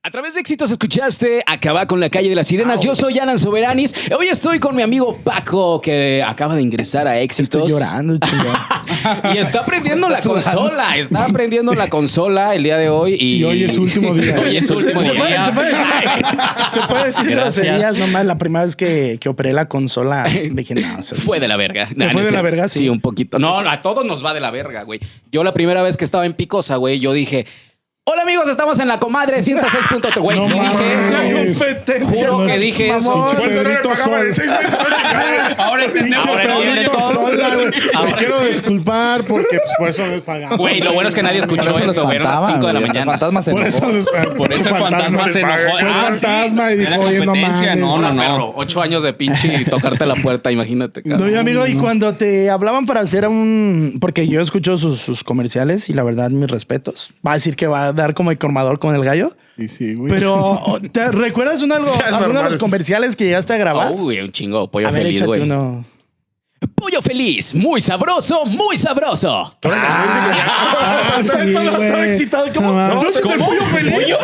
a través de éxitos escuchaste Acaba con la calle de las sirenas. Yo soy Alan Soberanis. Hoy estoy con mi amigo Paco, que acaba de ingresar a éxitos.
Estoy llorando, chingado.
Y está aprendiendo
[laughs]
la consola. Está aprendiendo la consola el día de hoy. Y,
Y hoy es su último día.
hoy es su último
Se puede, se
día.
puede
[laughs]
decir- se puede decir
Gracias.
groserías nomás. La primera vez que, que operé la
[laughs]
consola, dije, no, o sea,
Fue de la verga.
¿Te
[laughs] Nah,
fue
no
de
sé.
la verga? Sí.
un poquito. No, a todos nos va de la verga, güey. Yo la primera vez que estaba en Picosa, güey, yo dije, hola amigos, estamos en la comadre
[laughs]
106.3, güey.
No
sí dije
mames.
La
eso.
competencia.
Juro
no-
que dije
mamón.
eso.
¿Cuánto era que
Pedrito
pagaban en
Sol.
seis meses? Oye, cabrón.
Ahora entendemos.
Ahora
todo.
entiende
Pedrito
todo.
Sola, güey.
Ahora
Me quiero
sí.
disculpar porque pues, por eso no pagamos.
Ah, Güey, lo bueno es que nadie escuchó
Por eso
eso,
nos
güey. Eran las
faltaban,
5 de la
güey.
mañana.
Los fantasmas se
Por eso
enojó.
nos
Por eso el fantasma se enojó.
Fue el
Ah, sí.
fantasma y
Era
dijo, oye, no
competencia,
mames.
No, no, no.
Perro, ocho años de pinche y tocarte la puerta, imagínate. cabrón.
No, y amigo, y cuando te hablaban para hacer un. Porque yo escucho sus, sus comerciales y la verdad, mis respetos. Va a decir que va a dar como el cormador con el gallo.
Y sí, güey.
Pero, ¿te recuerdas un [laughs] algo,
Ya es
alguno de los
normal.
comerciales que llegaste a grabar?
Uy, Oh, un chingo, pollo
a ver,
feliz,
échate
güey.
uno.
Pollo feliz, muy sabroso, muy sabroso.
[laughs]
Ah, sí,
Estaba todo
güey.
excitado, ¿cómo?
No mames.
¿Tú eres el pollo Este feliz?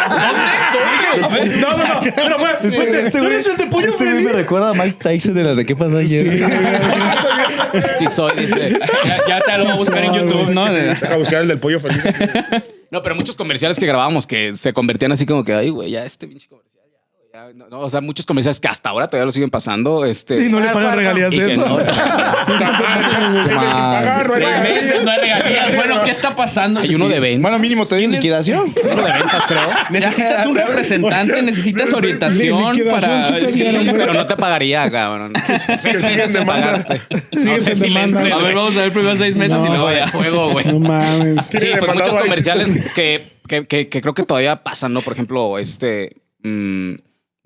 No, no, no. Pero fue- fue- ¿Tú eres el de pollo
Este güey
feliz?
me recuerda a Mike Tyson de la de qué
[laughs]
pasó ayer.
Sí soy, dice.
Ya, ya te lo voy a buscar en YouTube, ¿no?
Deja buscar el del pollo feliz.
No, pero muchos comerciales que grabábamos que se convertían así como que, ay, güey, ya este pinche comercial, ya, güey, ya, no, no, o sea, muchos comerciales que hasta ahora todavía lo siguen pasando, este.
Y no le
Ah,
pagan
guarda.
regalías
y
de
que
eso.
no-
Pagar, no hay
Seis
nada.
meses, no hay regalías. Bueno, ¿qué está pasando?
hay uno de ventas.
Bueno, mínimo te dio
¿Quién es?
liquidación.
uno de ventas, creo.
Necesitas un representante, necesitas orientación
liquidación
para.
sí
Sí.
tendrían,
Sí,
güey.
pero no te pagaría, cabrón.
Que siguen
Sí,
demanda.
pagarte.
Siguen
No sé
en
si le
demanda.
entres,
A ver,
güey.
vamos a ver primero seis meses y luego
No, de
ya.
juego, güey.
No mames.
Sí,
Tiene
pues
demandado
muchos
a
[laughs]
comerciales que, que, que- que creo que todavía pasan, ¿no? Por ejemplo, este mm,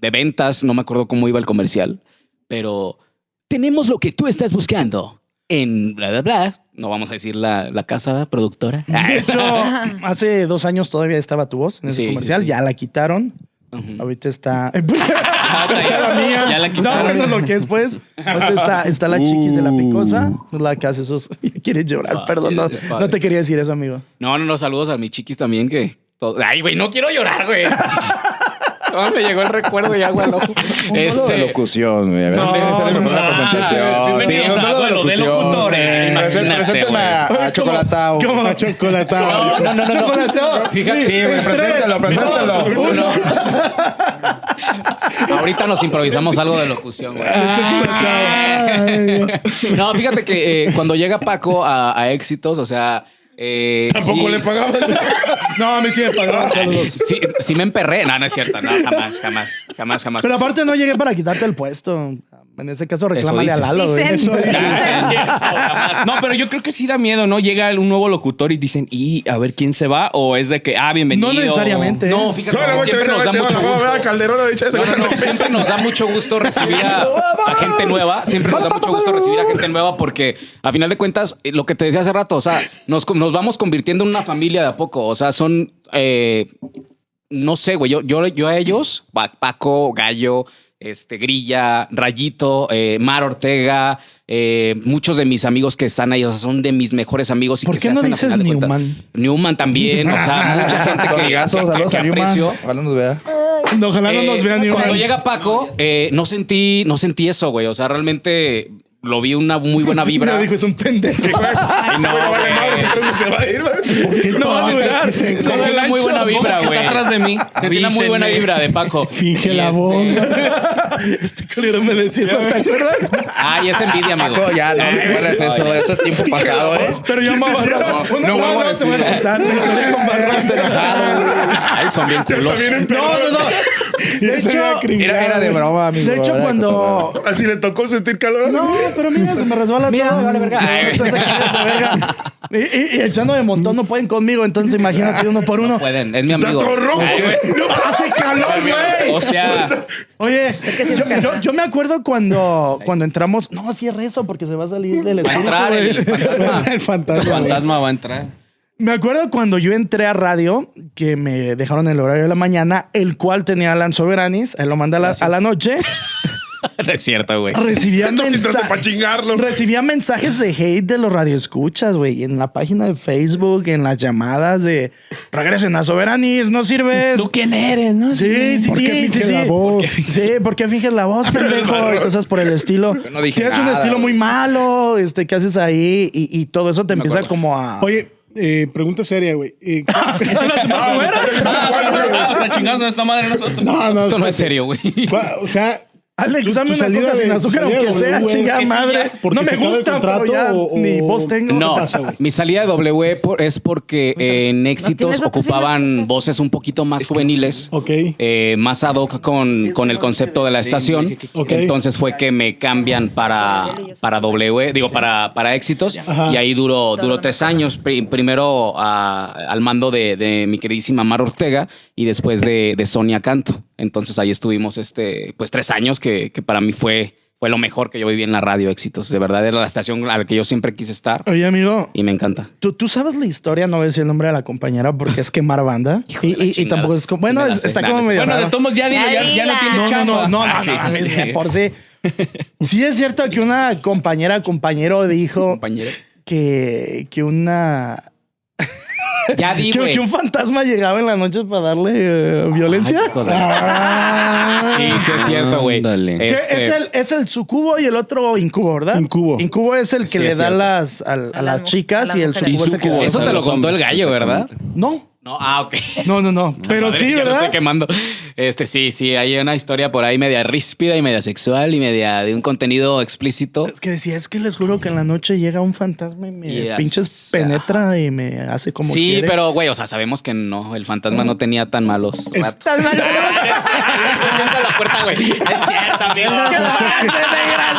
de ventas, no me acuerdo cómo iba el comercial, pero tenemos lo que tú estás buscando en bla, bla, bla. No vamos a decir la, la casa productora.
De
[laughs]
hecho, hace dos años todavía estaba tu voz en ese
Sí, sí,
comercial.
sí.
Ya la quitaron.
Ujú.
Ahorita [laughs] está.
Ah,
pues, Está la mía.
Ya la
No,
quitaron.
bueno, lo que es, pues. Ahorita está, está la chiquis de la picosa. La que hace esos. [laughs] Quieres llorar,
Ah,
perdón. No,
es padre.
no te quería decir eso, amigo.
No, no, no, saludos a mis chiquis también que... to- Ay, güey, no quiero
[laughs]
llorar, güey. No, me llegó el recuerdo y agua al ojo.
Este... de
Este,
locución, güey. A ver, dónde sale mejor la presentación. Sí,
Bienvenidos
un
a
duelo de
Duelo de
locución.
Eh,
Locutores.
pues,
[laughs]
Imagínate,
Presenten
güey.
a, a Ah, Chocolatao.
¿Cómo?
La chocolatada.
No, no, no, no. no. Fíjate,
Sí, güey, preséntalo, preséntalo.
Ahorita nos improvisamos algo de locución, güey.
Ah.
[laughs] No, fíjate que eh, cuando llega Paco a, a éxitos, o sea. eh,
Tampoco
sí-
le pagaban.
[laughs] No, a mí sí me pagaron. Saludos.
Sí, sí me emperré. No, no es cierto. No, jamás, jamás, jamás, jamás.
Pero aparte no llegué para quitarte el puesto. En ese caso, reclámale a
dices.
Lalo. güey.
Dicen,
Eso dice.
dicen.
No, pero yo creo que sí da miedo, ¿no? Llega un nuevo locutor y dicen, y a ver quién se va, o es de que, ah, bienvenido.
No necesariamente. ¿eh?
no, fíjate,
No, la
que
voy a
siempre nos da
te van
mucho
a ver a
gusto.
Calderón, ha dicho eso.
No, no, no, siempre nos da mucho gusto recibir a, a gente nueva. Siempre nos da mucho gusto recibir a gente nueva porque, a final de cuentas, eh, lo que te decía hace rato, o sea, nos, co- nos vamos convirtiendo en una familia de a poco. O sea, son. eh, no sé, güey. Yo, yo, yo a ellos, Pa- Paco, Gallo, este, Grilla, Rayito, eh, Mar Ortega, eh, muchos de mis amigos que están ahí, o sea, son de mis mejores amigos. Y
¿Por
que
qué
se
no
hacen a
dices
final de cuentas.
Newman?
Newman también, o sea,
[laughs]
mucha gente que,
Amigazo,
que- que-
saludos
que
a Yuma.
aprecio.
Ojalá nos vea.
No, ojalá no
Eh,
nos vean ni
Cuando
una.
llega Paco, eh, no sentí, no sentí eso, güey. O sea, realmente lo vi una muy buena vibra.
[laughs] Ya dijo, es un pendejo.
Dijo, "Es-
no,
pues, bueno, vale
güey.
madre, si tres meses se va a ir, güey".
No va a durar.
Sentí una muy buena vibra,
¿Cómo que
güey.
está atrás de mí?
Sentí una muy buena
Avísenme.
vibra
[laughs]
de Paco.
Finge
Y
la voz,
Este culero me decía eso, ¿te acuerdas?
Ay, es envidia,
Ah,
amigo. Eh,
Paco, Ah, ya, no recuerdes eso. Eso es tiempo pasado, ¿eh?
[laughs] Pero yo amaba. No, no,
vuelvo a
no, te voy a contar. me historia con Barras.
Ay, son bien
Está
culos.
bien
No,
emperrado.
no, no. De hecho,
Era, era de broma, amigo.
de hecho
era de
cuando...
Así le tocó sentir calor.
No, pero mira, se me resbala
Mira,
todo.
me vale verga. Ay,
Entonces, [laughs] verga. Y, y- y echando de montón no pueden conmigo, entonces imagínate uno por uno.
Pueden, es mi
Está
amigo.
todo rojo. No,
¡Hace calor, güey! [laughs]
O sea,
Oye,
que sí es
yo,
calor.
yo- yo me acuerdo cuando, cuando entramos... No, cierre eso porque se va a salir del
va a
estudio.
entrar el
ah.
fantasma.
El
El
fantasma.
fantasma va a entrar.
Me acuerdo cuando yo entré a radio, que me dejaron el horario de la mañana, el cual tenía Alan Soberanis, él lo manda a la, a la noche,
[laughs]
[laughs]
No es cierto, güey.
recibía,
Entonces entraste
mensa-
para chingarlo.
recibía mensajes de hate de los radioescuchas, güey, en la página de Facebook, en las llamadas de regresen a Soberanis, no sirves.
¿Tú quién eres? No [laughs]
Sí, sí,
¿Por qué
sí, sí,
finge
sí.
la voz?
Sí, porque finges la
[laughs]
voz, pendejo, y cosas por el estilo.
no dije
Tienes un
nada,
estilo muy malo, este, ¿qué haces ahí? Y, y todo eso te empieza como a...
Oye, eh, pregunta seria, güey. Eh, [laughs]
Ah,
Vamos a chingarnos a esta madre nosotros.
no, no,
Esto no es serio, güey.
cua- O sea,
Al
tu- tu
examen de
salida
coca sin
de-
azúcar,
salida
aunque
de
sea,
W,
chingada
sí, sí,
madre.
porque
no
se
me
acaba el
gusta, pero
contrato
ya
o-
ni
o-
voz tengo.
No,
pasa, güey?
mi salida de W por- es porque eh, en éxitos
tienes otro
ocupaban
signo?
voces un poquito más juveniles,
ok.
eh, más ad hoc con, con el concepto de la estación.
Ok.
Entonces fue que me cambian para, para W, digo, para, para éxitos.
Ajá.
Y ahí duró, duró tres años. Pri- primero a- al mando de, de mi queridísima Mar Ortega y después de, de Sonia Canto. Entonces ahí estuvimos este, pues tres años que, que para mí fue, fue lo mejor que yo viví en la radio éxitos. De verdad era la estación a la que yo siempre quise estar.
Oye, amigo,
Y me encanta.
¿tú, tú sabes la historia, no voy a decir el nombre de la compañera porque es quemar
[laughs]
banda.
Hijo
Y,
de la
y- y
chingada.
tampoco es como. Bueno,
Sí me la
es-
sé.
está
Nah,
como
no sé.
medio.
Bueno, de
raro.
tomos ya dilo, ya, ya no
Ay,
tiene
la-
no, no,
chamba.
no, no,
Ah,
no,
sí.
no, a ver,
[laughs]
de por sí. Sí es cierto que una compañera, compañero dijo
Compañero.
que, que una.
Ya di,
Que,
güey.
que un fantasma llegaba en las noches para darle eh, violencia.
Ay, hijo de- Sí, sí es cierto, güey.
Ándale.
Que
Este,
es, el, es el sucubo y el otro incubo, ¿verdad?
Incubo.
Incubo es el que
Sí,
le
es
da
cierto.
las, al- a,
A
las
las mu-
chicas
a las
y el
mujeres.
sucubo es el que
sucubo.
le da-
Eso te lo contó el gallo, ¿verdad?
No,
No, ah, ok.
no, no, no. Pero
Madre,
sí,
ya me
¿verdad?
estoy quemando. Este, sí, sí, hay una historia por ahí media ríspida y media sexual y media de un contenido explícito.
Es que decía, es que les juro que en la noche llega un fantasma y me
Y
pinches
as-
penetra y me hace como
sí,
quiere.
pero güey, o sea, sabemos que no, el fantasma no tenía tan malos ratos.
[laughs]
Estás mal.
Abriendo la puerta, güey. Es cierto, amigo.
Pues es que-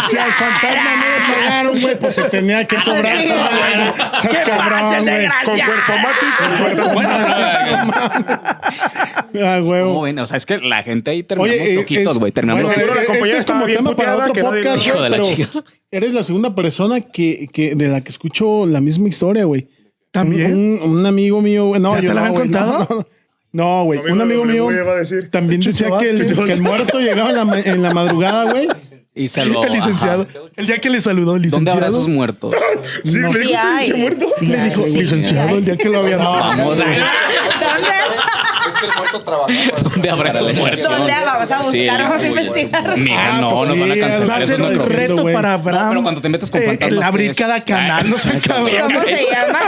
si al fantasma no le pagaron, güey, pues se tenía que cobrar.
Sí.
también, güey. Seas cabrón, güey.
Con cuerpo mate y con cuerpo
Ah,
¿Cómo
huevo.
ven? O sea, es que la gente ahí terminamos
eh,
loquitos,
es-
güey. Terminamos
bueno,
eh,
la compañía
este es
estaba
como
bien
tema para
puteada,
otro
que nadie-
podcast,
Hijo de la
pero
chica.
eres la segunda persona que, que de la que escucho la misma historia, güey.
también.
Un, un amigo mío, güey. No,
¿Ya
yo
te la
no,
habían
güey,
contado?
no, no. No, güey.
Amigo
un
de
amigo
W,
mío
iba a decir.
también decía que el, que el muerto llegaba en la, ma- en la madrugada, güey.
y se
[laughs]
lo.
eh, [laughs] el licenciado.
ajá.
El día que le saludó,
¿Dónde habrá
licenciado.
esos muertos? [laughs]
Sí, le
Sí
dijo
hay.
pinche muerto.
Sí
Le
hay.
dijo, licenciado, el día que lo había dado.
Vamos a ver.
¿Dónde es?
¿Dónde habrá esos muertos?
¿Dónde vamos a
Sí,
buscar? Vamos a
muy bueno.
investigar.
Mira,
Ah,
no,
pues
nos
sí,
van a
Va
cancelar.
a
eso
ser
no
un
creo.
creo.
reto
güey.
para Abraham. eh,
pero cuando te metes con fantasmas,
El abrir
¿qué es?
cada canal, no sé, cabrón.
¿Cómo se llama?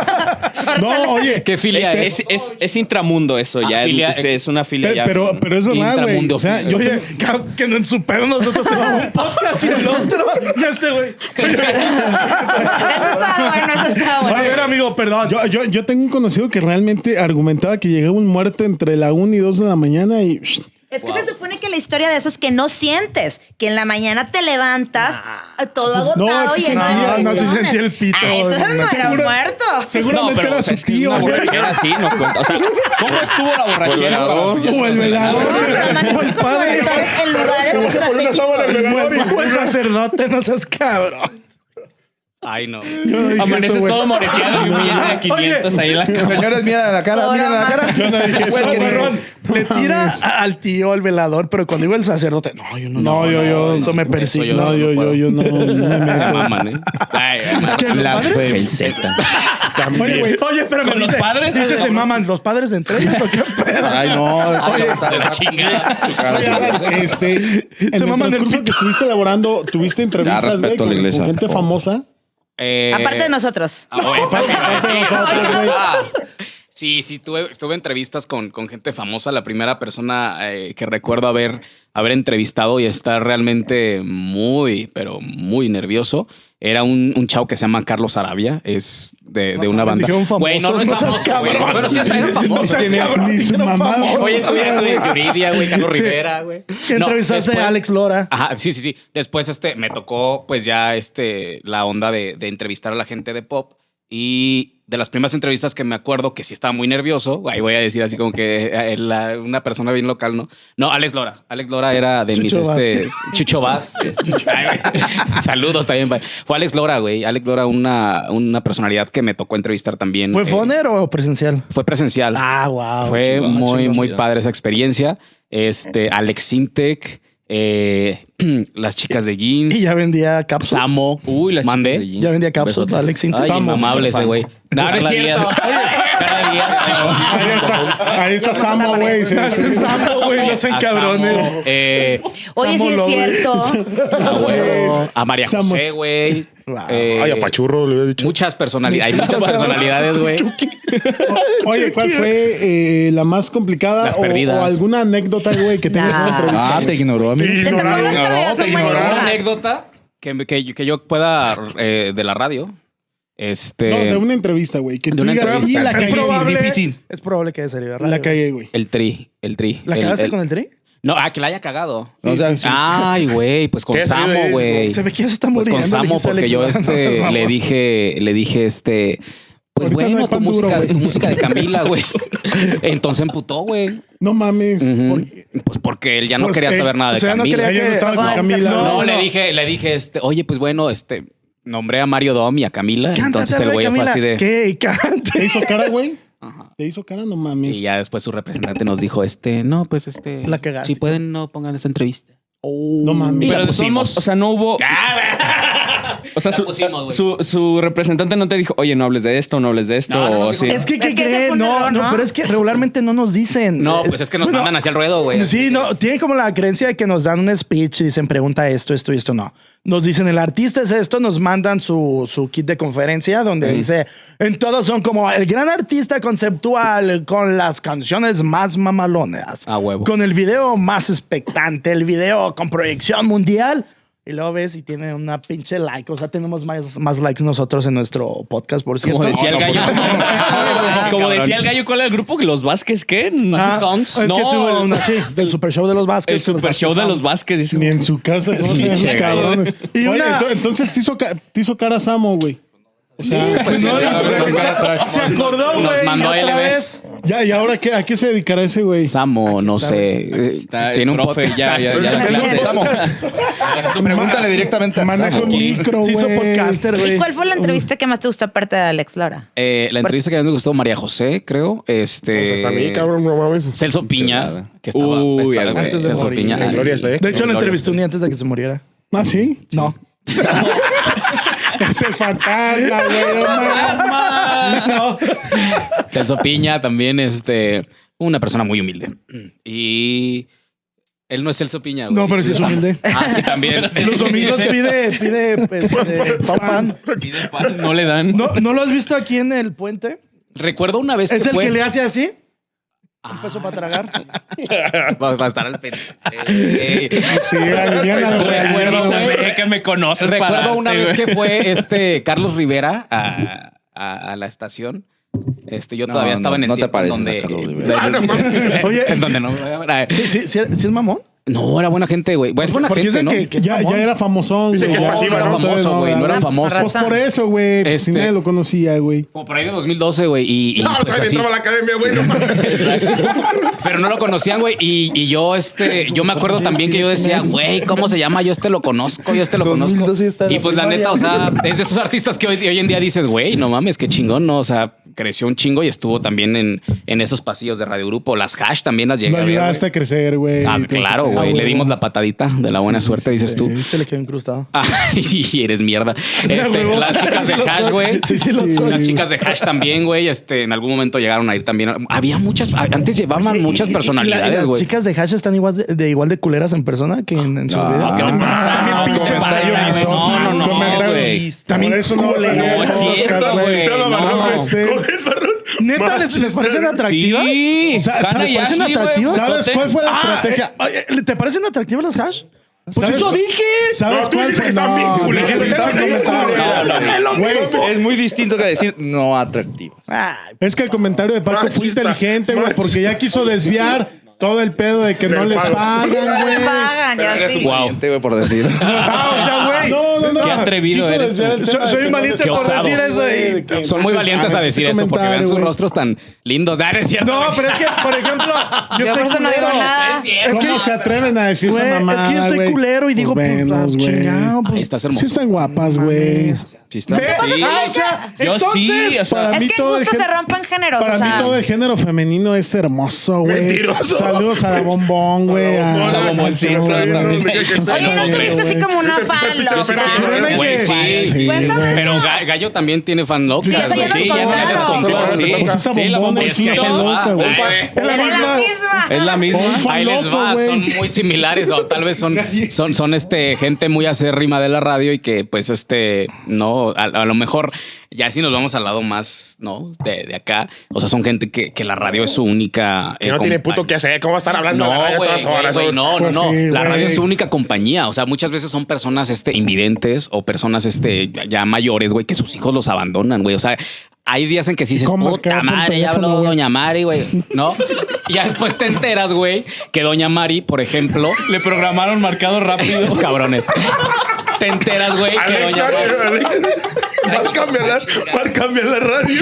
No, oye.
¿Qué filia
Es,
es?
es, es, es intramundo eso,
Ah,
ya.
filia-
es, es una filia
Pe-
ya.
Pero, pero es verdad, güey.
Intramundo.
O sea, yo
Oye, ca- que en su pedo nosotros hacemos un podcast y el otro. Y este güey.
Eso estaba bueno, eso estaba bueno.
A ver, amigo, perdón.
Yo, yo, yo tengo un conocido que realmente argumentaba que llegaba un muerto entre la 1 y 2 de la mañana y.
Es que se supone que la historia de eso es que no sientes, que en la mañana te levantas eh, todo
Pues no,
agotado
sí
y lleno de
sentía,
no, sí
emociones.
sentí el pito.
Ah, entonces no era
Seguro-
muerto.
Seguramente
pero,
era
o sea,
su
es que es
tío,
una
güey.
borrachera así, no cuenta.
[laughs]
O sea, ¿cómo estuvo la
pues,
borrachera?
Volverá.
para-
Como el velado.
No, pero amaneciste como
padre.
entonces en lugares
Por una
estratégicos.
sábana en el velador y-
Buen sacerdote, no seas cabrón.
Ay,
[laughs]
no.
Yo no dije
Amaneces
eso, güey.
todo moreteado y un millón de 500 ahí en la cama.
Señores, miren la cara, miren la cara.
Yo no dije eso,
Güey, que-
perrón.
Le tira a- al tío, al velador, pero cuando iba el sacerdote, no, yo no.
No, yo, yo.
Eso me persigue.
yo
No, yo, yo, yo no. no me meto.
Se maman, ¿eh? Ay, además,
Blasfemia.
Oye, güey, oye, pero me
¿Con los
dice,
padres?
dice, se maman los padres de entre ellos, ¿o qué [laughs] pedo?
Ay, no.
de la chingada.
Oye, Alan, este, en
Se
el
maman el
transcurso
pito.
que estuviste elaborando, tuviste entrevistas,
Ya, respeto
güey,
a la
con-
iglesia, Oh,
con gente
por favor.
famosa.
Eh,
Aparte de nosotros.
ah, güey, aparte-
Aparte de nosotros, güey.
Ah, Sí, sí, tuve, tuve entrevistas con, con gente famosa. La primera persona eh, que recuerdo haber, haber entrevistado y estar realmente muy, pero muy nervioso, era un, un chavo que se llama Carlos Arabia. Es de, de una banda.
Dijeron famosos,
Güey, no, no es
no seas
famoso, güey.
cabrón.
Bueno, sí, está- era famoso.
No seas
Tienes
cabrón,
ni
[laughs]
su
pero
mamá.
famoso.
Oye, tuviera tú de Yuridia, güey, Carlos Rivera, güey.
Que
No,
entrevistaste
después-
a Alex Lora.
Ajá, sí, sí, sí. Después este, me tocó, pues ya este, la onda de, de entrevistar a la gente de pop. Y de las primeras entrevistas que me acuerdo que sí estaba muy nervioso, ahí voy a decir así como que eh, la- una persona bien local, ¿no? No, Alex Lora. Alex Lora era de mis.
Chucho
este,
Vázquez.
[laughs] Chucho Vázquez. Ay, [laughs] güey. Saludos también. pa- Fue Alex Lora, güey. Alex Lora, una, una personalidad que me tocó entrevistar también.
¿Fue
Eh,
Foner o presencial?
Fue presencial.
Ah, wow.
Fue
chingón,
muy,
chingón.
muy padre esa experiencia. Este, Alex Sintec, eh, [clears throat] las chicas de jeans,
Y ya vendía cápsula.
Samo.
Uy, las
Mandé.
chicas de jeans.
Ya vendía cápsula,
Un besote.
Alex Sintek.
Ay,
Samo.
Inmamable
[laughs]
ese güey. No, no es
Carla
cierto.
Díaz. Cada día.
Ahí está, ahí está Samo, güey. Se- se-
Samo, güey, no sean
A Samo,
cabrones.
eh,
Oye, sí es
Samolo,
cierto.
a huevo, a María
Samo.
José, güey.
Wow.
eh,
Ay, a Pachurro le había dicho.
Muchas personalidades. Hay muchas personalidades, güey.
[laughs] Oye, ¿cuál fue eh, la más complicada
Las
o,
perdidas.
o alguna anécdota, güey, que tengas
Nah.
una entrevista?
Ah, te ignoró a mí.
Te tomó las perdidas, son buenísimas.
Una anécdota que, me- que, que yo pueda eh, de la radio. Este.
No, de una entrevista, güey. Que
De
tú
una
digas, sí,
entrevista.
la
Es
cagué.
probable-
difícil.
Es probable que haya salido. ¿verdad?
La cagué, güey.
El tri, el tri.
¿La cagaste con el tri?
No, ah, que la haya cagado.
O sea, sí.
Ay, güey, pues con
¿Qué?
Samo, güey.
Se ve que ya se está
Pues
muriendo.
con Samo,
dijiste,
porque
Alex,
yo
[laughs] no seas
este
mamón.
le dije, le dije este. Pues
Ahorita no
bueno,
hay
tu,
pan duro,
música,
güey.
tu música de Camila, güey. Entonces emputó, güey.
No mames.
Ujú.
¿Por qué?
Pues porque él ya no
Pues,
quería
eh,
saber nada Ah, de
o sea, no
Camila.
quería
Ella
que-
no estaba con
No,
Camila.
no,
No, le dije, le dije, este, oye, pues bueno, este, nombré a Mario Dom y a Camila.
Cántate,
entonces el
Rey
güey fue
Camila.
así de.
¿Qué? [laughs]
¿Te
Cante.
hizo cara, güey?
Ajá.
¿Te hizo cara? No
Y
mames.
ya después su representante nos dijo, este, no, pues este.
La cagaste.
Si pueden, no pongan esa entrevista.
No
Y
mames.
la
Pero de todos
pusimos.
modos, o sea, no hubo.
Ah,
[laughs]
O sea,
La
su,
pusimos, güey.
su, su representante no te dijo, oye, no hables de esto, no hables de esto.
No, no, no,
o
dijo,
sí.
Es que, ¿qué
Es que
creen?
fue un
No,
error,
no,
¿no?
pero es que regularmente no nos dicen.
No, pues es que nos
Bueno,
mandan hacia el ruedo, güey.
Sí, no, tienen como la creencia de que nos dan un speech y dicen pregunta esto, esto y esto. No, nos dicen el artista es esto, nos mandan su, su kit de conferencia donde dice en todos son como el gran artista conceptual con las canciones más mamalonas,
A huevo.
con el video más expectante, el video con proyección mundial. Y luego ves y tiene una pinche like. O sea, tenemos más, más likes nosotros en nuestro podcast, por cierto.
Como decía el
no,
gallo.
no.
Como decía el gallo, ¿cuál era el grupo? Los Vázquez, ¿qué?
Ah,
Sons.
es
no,
que tuvo
el-
una, sí, del super show de los Vázquez.
el super
Vázquez
show de
Sounds.
los Vázquez. dice,
Ni en su casa.
[laughs]
¿cómo se llaman
Sí,
esos cabrones?
Y
Oye,
una-
ento- entonces te hizo, ca- te hizo cara Samo, güey. O sea,
Pues no, se acordó,
Nos
güey,
mandó
otra
LB.
vez.
ya, ¿y ahora qué, a qué se dedicará ese güey?
Samo, no sé. eh,
Está el
tiene un
profe,
podcast.
ya, ya,
Tiene
ya.
un
Clases.
podcast.
Pregúntale directamente a
Maneja
Samo.
un micro,
Se
güey.
hizo podcaster,
¿Y
güey.
cuál fue la entrevista que más te gustó aparte de Alex Laura?
Eh, la entrevista que más me gustó, María José, creo. Este.
Pues hasta a mí, cabrón, no mames.
Celso Piña, que estaba,
Uy,
estaba-
antes
güey,
de
Celso
morir.
Piña.
En
ay,
¿eh?
Gloria esté.
De hecho, lo entrevistó ni antes de que se muriera.
¿Ah, sí? [laughs]
No.
Es el fantasma, güey.
[laughs]
no mames.
Celso Piña también, este, una persona muy humilde. Y él no es Celso Piña, güey.
No, pero sí es
[laughs]
humilde.
Ah,
[laughs]
sí, también.
Los domingos pide, pide, pues, eh, pan.
No le dan.
¿No, ¿No lo has visto aquí en el puente?
Recuerdo una vez
Es
que
el
fue
que le hace así. Un peso para tragar.
Va va a estar al pendiente. Eh,
[laughs]
Sí, aliviana la
Recuerdo,
realidad, güey.
güey, que me conoces.
Recuerdo
pararte,
una vez
güey. [laughs]
que fue este Carlos Rivera a, a- a la estación. Este, yo
No,
todavía estaba
no,
en el
no te
tiempo
[laughs]
pareces
donde,
a Carlos Rivera.
donde-
Ah, Oye.
en donde no. eh,
¿Sí, sí, sí, sí es mamón?
No, era buena gente, güey. Bueno, es buena
porque
gente,
dicen
¿no?
que- que-
Ya, ya era famosón.
Dicen
güey.
que es
Ya,
pasiva,
era
¿no?
Todavía
famoso, güey. No era
Ah, pues,
famoso.
para
Pues por eso, güey. Pues
Este-
nadie lo conocía, güey.
Como por ahí de 2012, güey. Y, y,
No,
pues,
todavía
así.
entraba a la academia, güey. no mames.
Pero no lo conocían, güey. Y, y yo, este, yo me acuerdo también que yo decía, güey, ¿cómo se llama? Yo este lo conozco, yo este lo conozco.
2012 está en
Y
la
pues la neta, o sea, es de esos artistas que hoy, hoy en día dices, güey, no mames, qué chingón, ¿no? O sea, creció un chingo y estuvo también en, en esos pasillos de Radio Grupo. Las hash también las llegué
Lo
a ver.
ayudaste a
güey.
crecer, güey.
Ah,
y todo
claro,
ese pedo,
güey. Le dimos la patadita de la buena suerte, dices tú.
Se le quedó incrustado.
Ay, [laughs] sí, eres mierda. Este,
huevo.
las chicas
[laughs]
de
Sí lo
Hash,
soy.
güey.
Sí, sí lo soy.
Las chicas de Hash también, güey. Este, en algún momento llegaron a ir también. Había muchas, antes llevaban
Oye, y-
muchas
y- y la- y
personalidades,
Las
güey.
chicas de Hash están igual de, de igual de culeras en persona que en, en su
Ah,
vida.
¿qué te pasa?
Ah, mi pinche
¿Qué te pasa, güey? No, no, no,
Comentario.
güey.
Por eso no vas a
culero.
leer
No, es
todos los
cierto,
cargos.
güey.
Te habla
no.
Barrón,
Sí.
güey. ¿Cómo es Barrón?
¿Neta les, les parecen atractivas?
Sí.
Sa-
Hannah
¿sabes
y
cuáles son
Ashley, güey, pues,
atractivos?
¿Sabes
besote.
cuál fue la
Ah,
estrategia?
eh, eh, ¿Te parecen atractivas las Hash? Pues
¿Sabes
eso
cu-
dije.
¿Sabes
No, tú
cuál
dices
fue?
que están bien culeras,
dije,
están
"Saben
bien
cuál fue la
culeras".
estrategia".
Es lo
Güey,
mismo.
Es muy distinto que decir no atractivo.
Ay,
Es que el comentario de Paco fue
Machista,
inteligente, güey,
machista.
porque ya quiso desviar todo el pedo de que no
Del
les
pago.
pagan,
No le
güey.
pagan, ya sí.
Wow. güey, por [laughs] decir.
Ah, o sea, güey.
No, no, no.
Qué atrevido
Quiso
eres
desviar
tú.
el tema
soy,
de
soy
que no
malito
les-
por
osados,
decir eso. y-
Son muy valientes a decir
este
eso porque
comentario,
vean sus
güey.
rostros tan lindos. Ah, no es cierto.
No,
güey. Ah,
pero es que, por ejemplo, yo
Yo
estoy
por eso no digo
culero.
nada.
Es cierto.
Es que-
¿Cómo se atreven a decir
Güey,
esa mamada,
es que yo estoy
güey?
culero y digo,
Pues
pues, ah,
venos, güey.
chingado, pues.
Ahí estás hermoso.
Sí están guapas, güey.
Sí, está-
¿Ves?
Sí.
Ah,
que
o sea,
Yo sí,
entonces,
o sea,
para
Es
mí
que en
todo el
gusto
gen-
se rompen géneros.
Para
o sea,
mí todo el género femenino es hermoso, güey.
Mentiroso.
Saludos a la bombón, güey.
Bombón,
a la bomboncita también.
Oye, ¿no tuviste así como una fan
Créeme
Güey,
que-
sí.
Sí,
Cuéntame.
Pero Ga- Gallo también tiene fan locas,
Sí, eso ya
güey.
nos
Sí, ya
contaron.
nos contó, sí.
Pues esa
Sí, la
bombón es una
bomboncita.
loca, güey.
Ay, güey.
Es la
Era la
misma.
misma.
Es la misma.
Fan
Ahí les
loco,
va,
güey.
son muy similares o tal vez
[laughs]
son, son, son este, gente muy acérrima de la radio y que pues este, no, a, a lo mejor ya si nos vamos al lado más, ¿no? De, de acá, o sea, son gente que, que la radio es su única... eh,
Que no tiene puto que hacer. ¿Cómo va a estar hablando de la radio a
güey,
todas
güey,
horas?
güey, no,
Pues
no, no.
sí,
la
güey.
radio es su única compañía. O sea, muchas veces son personas este, invidentes o personas este, ya- ya mayores, güey, que sus hijos los abandonan, güey. O sea, hay días en que sí dices,
¿Cómo
puta
acá por
madre, ya
teléfono,
habló
güey?
Doña Mari, güey. ¿No? Y ya después te enteras, güey, que Doña Mari, por
[laughs]
ejemplo,
Le programaron marcado rápido.
esos cabrones. Te enteras, güey, que Doña
Alexa, eh.
Mari.
Alexa, márcame a la- márcame a la radio.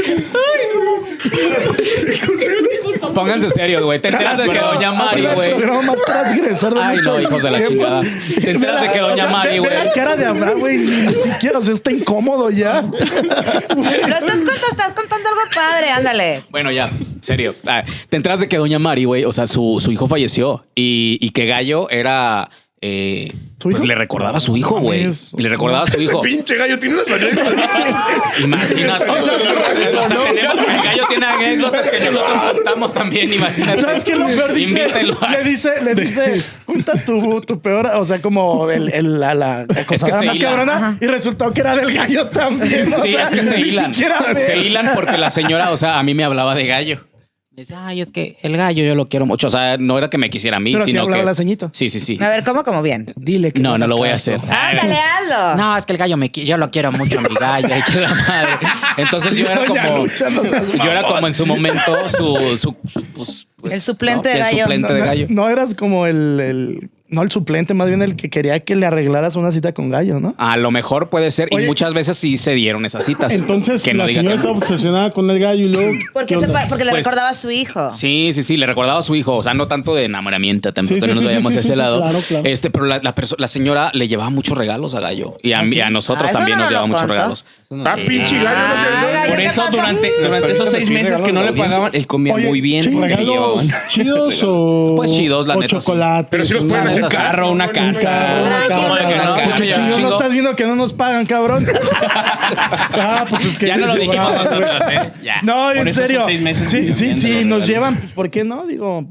Pónganse serios, güey. Te enteras de que Doña Mari,
Hace
güey.
El programa
[laughs]
más transgresor de
Ay, no,
muchos
hijos de la
tiempos.
chingada. Te enteras de que
O
Doña
sea,
Mari,
ve-
güey.
ve La cara de Abraham, güey, ni siquiera, o sea, está incómodo ya.
Lo estás contando, estás contando algo padre, ándale.
Bueno, ya, serio. Ah, te enteras de que Doña Mari, güey, o sea, su, su hijo falleció y, y que Gallo era. eh,
¿Su
pues
hijo?
le recordaba a su hijo,
No
güey.
mames.
Le recordaba a su
[laughs]
hijo.
Pinche gallo tiene unas anécdotas.
Imagínate. O sea, tenemos- el gallo tiene anécdotas que nosotros contamos también, imagínate.
¿Sabes qué es lo peor? Dice,
Invítenlo. a-
Le dice, le dice, cuenta tu, tu peor, o sea, como el, el, la, la cosa
que se
más
hila.
cabrona. Y resultó que era del gallo también. o
Sí,
sea,
es que se
ni
hilan.
siquiera de-
Se hilan porque la señora, o sea, a mí me hablaba de gallo. Me Dice, ay, es que el gallo yo lo quiero mucho. O sea, no era que me quisiera a mí,
Pero sí
sino
hablaba
que.
la ceñito.
Sí, sí, sí.
A ver, ¿cómo? Como bien.
Dile que. No, no lo voy a hacer.
Ándale, hazlo.
No, es que el gallo me qui- yo lo quiero mucho a mi gallo, y que la madre. Entonces yo era
Doña
como
Lucha, no seas
yo era como en su momento su, su- su- pues, pues,
El suplente
¿no?
de
El
gallo.
No,
suplente de
no-
gallo.
No, eras como el, el- no el suplente, más bien el que quería que le arreglaras una cita con gallo, ¿no?
A lo mejor puede ser y
Oye.
muchas veces sí se dieron esas citas.
Entonces,
que no
la
diga
señora
que
está
no.
obsesionada con el gallo y luego.
Porque,
¿qué
se
[laughs]
onda?
pa- porque le
Pues-
recordaba a su hijo.
Sí, sí, sí, le recordaba a su hijo, o sea, no tanto de enamoramiento, tampoco
Sí, sí,
no nos
sí,
vayamos
sí,
a
sí,
ese
sí,
lado.
claro, claro.
Este, pero la, la perso- la señora le llevaba muchos regalos a Gallo y a, mí- a
Ah,
nosotros
eso
también
no
nos
lo
llevaba muchos
contó.
regalos.
Ah, pinche gallo.
Ah,
no te-
gallo.
Por
¿qué
eso
pasó?
Mm.
Mm.
durante, durante esos seis meses que no le pagaban, el comía
Oye,
muy bien.
sí,
porque
¿Regalos
llevaban-
[laughs]
chidos o.?
Pues chidos, la
o
neta, sí.
chocolates,
Pero si los pueden
una-
hacer
Un
carro, una casa.
una
Ay, qué
casa.
bueno.
Ah,
Porque
ya,
chingón, no
chingo.
estás viendo que no nos pagan, cabrón.
Ah, pues es que.
Ya no lo dijimos
Ah,
nosotros, ¿eh? Ya.
No,
Por
en
eso son
serio.
seis meses
Sí,
que
sí,
viviendo
sí,
los
nos
regalos.
llevan. pues, ¿Por qué no? Digo,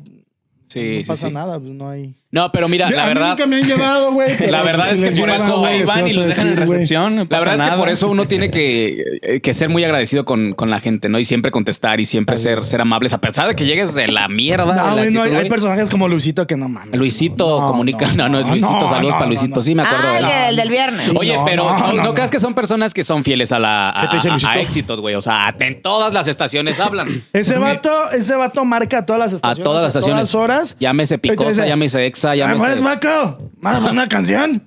Sí,
no
sí,
pasa
sí.
nada, pues no hay.
No, pero mira,
a
la
mí
verdad
nunca me han llevado, güey.
[laughs]
pero
La verdad
si
es que
les
por
llevan,
eso
güey,
Ahí
se
van y
vas a
los dejan en
decir, güey.
recepción. no
La
pasa
verdad es que
nada.
por eso uno tiene que, eh, que ser muy agradecido con, con la gente, ¿no? Y siempre contestar y siempre ser, ser amables, a pesar de que llegues de la mierda. de la
No, güey, no, hay,
actitud,
hay
güey.
personajes como Luisito que no mames.
Luisito
No,
comunica. [laughs] No, no, es Luisito, saludos para Luisito. Sí, me acuerdo.
Ah,
de
el,
él.
que- el del viernes.
Sí.
Oye,
no,
pero
no,
no,
no,
no
no.
creas que son personas que son fieles a la a,
¿Qué te dice
a- a
Luisito?
éxitos, güey. O sea, en todas las estaciones hablan.
Ese vato, ese vato marca a todas las
A
estaciones.
todas las estaciones.
todas horas.
Llámese
Entonces,
Picosa, llámese Alexa, llámese.
Pues, Maco, más una canción.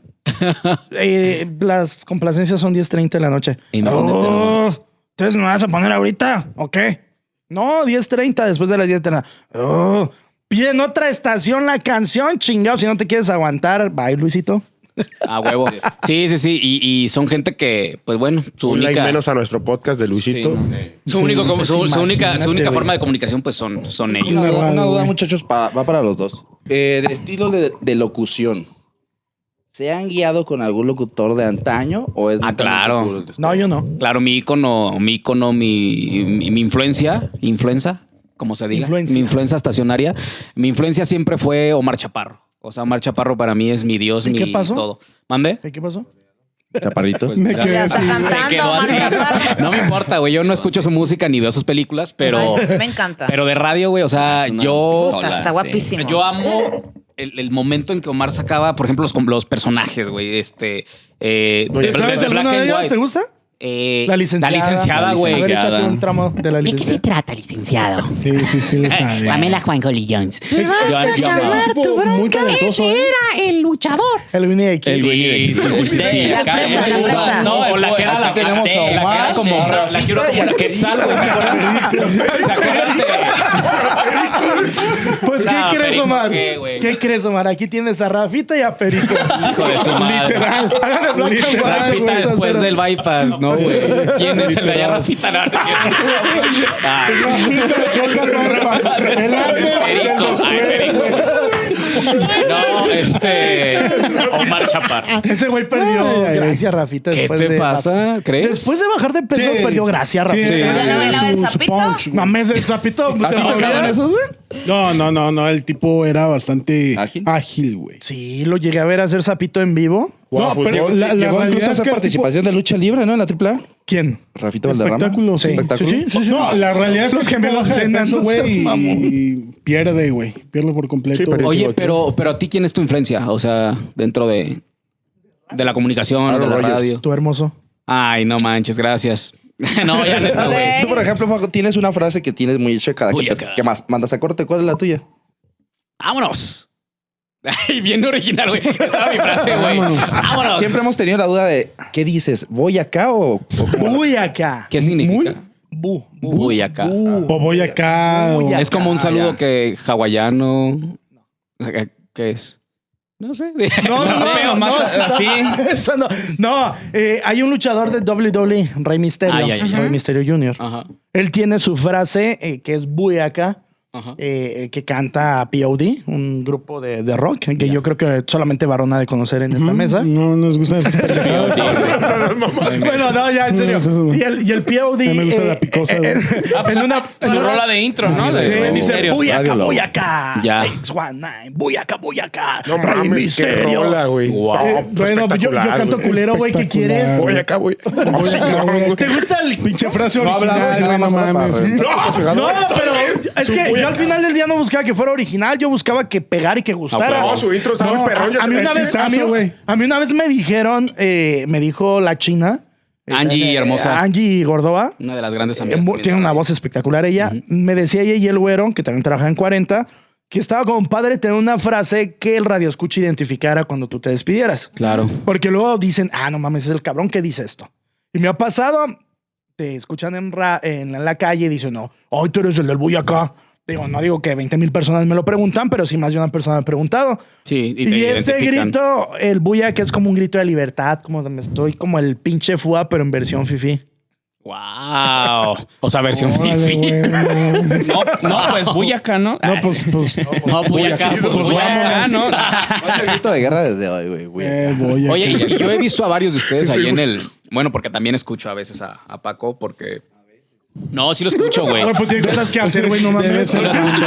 Eh, las complacencias son 10.30 de la noche.
Imagínate
Oh,
nomás.
¿Entonces me vas a poner ahorita o qué? No, 10.30 después de las 10.30. Oh, pide en otra estación la canción, chingado. Si no te quieres aguantar, bye, Luisito.
A huevo. Sí, sí, sí. Y, y son gente que, pues bueno, su
Un like
única.
menos a nuestro podcast de Luisito.
Sí, no.
Su, único,
pues
su, su única,
imagínate,
su única
güey.
forma de comunicación, pues son, son ellos.
Una duda,
Igual,
una duda,
güey.
muchachos, pa- va para los dos. Eh, de estilo de, de locución. ¿Se han guiado con algún locutor de antaño o es
Ah, claro.
No, yo no.
Claro, mi icono, mi icono, mi, mi, mi influencia, influenza, como se diga,
Influencia.
mi influenza estacionaria, mi influencia siempre fue Omar Chaparro. O sea, Omar Chaparro para mí es mi dios,
¿Y
mi
qué pasó?
todo. ¿Mande? Pues,
¿Eh, ¿Qué pasó?
Chaparrito.
Me quedé
Ya
así.
está
Se
cantando,
quedó
Omar
así.
Chaparro.
No me importa, güey. Yo no escucho su música ni veo sus películas, pero,
Ay, Me encanta.
pero de radio, güey. O sea,
Es una
yo.
pistola,
Puta, está
sí.
guapísimo.
Yo amo el, el momento en que Omar sacaba, por ejemplo, los, com- los personajes, güey. Este. eh, de-
¿Sabes
de Black
alguno de
and
ellos?
White.
¿Te gusta?
Eh,
La licenciada.
La licenciada,
A
güey.
ver,
licenciada.
échate un tramo de la licenciada.
trata, licenciado?
Sí, sí, sí, le sabe.
Pamela Juan Holly Jones.
Joan- Joan-
acabar tu muy talentoso, ¿eh? [laughs]
era el luchador.
El Winnie de X.
El Winnie the Pooh.
sí, sí, sí, sí.
La
Acá,
fresa,
eh,
la
uvas,
fresa.
No, o la que era la
Aquí tenemos
pastel,
a
la que era
Omar,
como
sí,
la quiero como la Quetzal, güey. ¿te acuerdas? ¿Se acuerdan de-
Pues, ¿qué
No,
crees,
Perico,
Omar?
¿qué, güey?
¿Qué crees, Omar? Aquí tienes a Rafita y a Perico.
Hijo de su madre.
Literal. Háganle black and white,
Rafita
güey,
después
entonces,
del bypass, ¿no, güey? ¿Quién es el de allá, Rafita? No, no, Ay,
[laughs]
El
Perico, ay, Perico. No, este. Omar Chaparro.
Ese güey perdió.
Ay, ay,
Gracias, Rafita.
¿Qué
después
te
de-
pasa? ¿Crees?
Después de bajar de peso, perdió. Gracias, Rafita.
¿Ya la bailaba el
Su- su
sapito?
punch, güey.
Mames, el sapito. ¿Te movías?
No, no, no, no. El tipo era bastante
¿Ágil?
ágil, güey.
Sí, lo llegué a ver hacer sapito en vivo.
Guau,
No,
fútbol.
pero la, la
Llegó incluso
realidad
a
es
esa
que el tipo-
participación de lucha libre, ¿no? En la AAA.
¿Quién?
Rafito Valderrama.
Espectáculo, sí.
Espectáculo.
Sí, sí, sí, sí.
No, la realidad es
Los
que
gemelos
baja de
Brennan,
peso,
no seas
güey,
mamón.
y pierde, güey. Pierde por completo.
Sí, pero-
Oye, pero, pero a ti, ¿quién es tu influencia? O sea, dentro de, de la comunicación,
Aaron
de la
Rodgers.
radio.
Tú hermoso.
Ay, no manches, gracias. [laughs] no, ya neta, güey.
Ok.
Tú, por ejemplo, Juanjo, tienes una frase que tienes muy checada.
Muy
¿Qué,
acá.
qué más? Mandas a corte. ¿Cuál es la tuya?
¡Vámonos! [laughs] Ay, bien original, güey. Esa era mi frase, güey.
[laughs]
¡Vámonos!
Siempre hemos tenido la duda de ¿qué dices? ¿Voy acá o, o [laughs] cómo?
Uy, acá.
¿Qué significa?
Bu. bu,
Uy, acá.
bu.
O voy acá.
Uy,
o-
acá.
Es como un
Ah,
saludo
ya.
que hawaiano. ¿Qué es? No sé.
No, no,
sé,
no,
nomás
no, no.
así.
[laughs] Eso no. No, eh, hay un luchador de WWE, Rey Misterio.
Ay, ay, Ah. ay.
Rey Misterio Jr.
[laughs] Ajá.
Él tiene su frase eh, que es bueaca,
Ajá.
eh, que canta POD, un grupo de, de rock que yo creo que solamente varón ha de conocer en esta mesa.
No nos este gustan esas pendejadas.
[laughs] Bueno, no, ya, en
No, eso es
serio.
un-
Y el, y el POD.
Ya me gusta
eh,
la picosa, güey.
Ah, pues,
en una.
Su rola de intro, ¿no?
Sí, dice
De- Misterio.
Buyaca,
Radio Lobo".
Buyaca.
Ya.
619, Buyaca, Buyaca.
No
Rey
mames, qué
Misterio.
rola, güey.
Eh,
pues,
bueno, yo, yo
Espectacular,
canto
güey. Oh,
culero, güey. ¿Qué quieres?
Voy acá, voy.
Voy acá, güey.
¿Te
[laughs]
gusta el
Pinche frase
No ha
original,
hablado nada
güey, no
más para
mames.
[laughs] reventar.
[laughs] No, [laughs] pero es que yo al final del día no buscaba que fuera original, yo buscaba que pegara y que gustara.
No, Ah, su intro está
No,
muy perrón. ya
a,
se
mí
me
una vez, a, mí,
exitazo, güey.
a mí una vez me dijeron, eh, me dijo la china. eh,
Angie
eh,
hermosa.
Angie Gordoa.
Una de las grandes
eh,
amigas.
mu- tiene una voz espectacular ella. Me decía ella y el güero, que también trabaja en 40, que estaba con padre tener una frase que el radio escucha identificara cuando tú te despidieras.
Claro.
Porque luego dicen, ah, no mames, es el cabrón que dice esto. Y me ha pasado, te escuchan en, ra- en la calle y dicen, no, hoy tú eres el del Boyacá. Digo, no digo que 20 mil personas me lo preguntan, pero sí más de una persona me ha preguntado.
Sí, y,
Y,
te
este
identifican.
grito, el Boyacá es como un grito de libertad, como de me estoy como el pinche fua, pero en versión fifi.
¡Wow! O sea, versión [laughs]
Órale,
fifi.
güey, no.
[laughs]
No, no, pues voy acá, ¿no?
No, pues, pues.
No, voy acá.
Pues
pues,
voy acá,
vámonos.
¿no?
Es el grito de guerra desde hoy, güey. Voy
eh,
acá.
voy acá.
Oye, y- y yo he visto a varios de ustedes ahí en el. Bueno, porque también escucho a veces a, a Paco, porque. No, sí lo escucho, güey.
Güey, pues tiene cosas que hacer, güey, no
Debe
mames.
Sí
ser.
lo
[laughs]
escucho.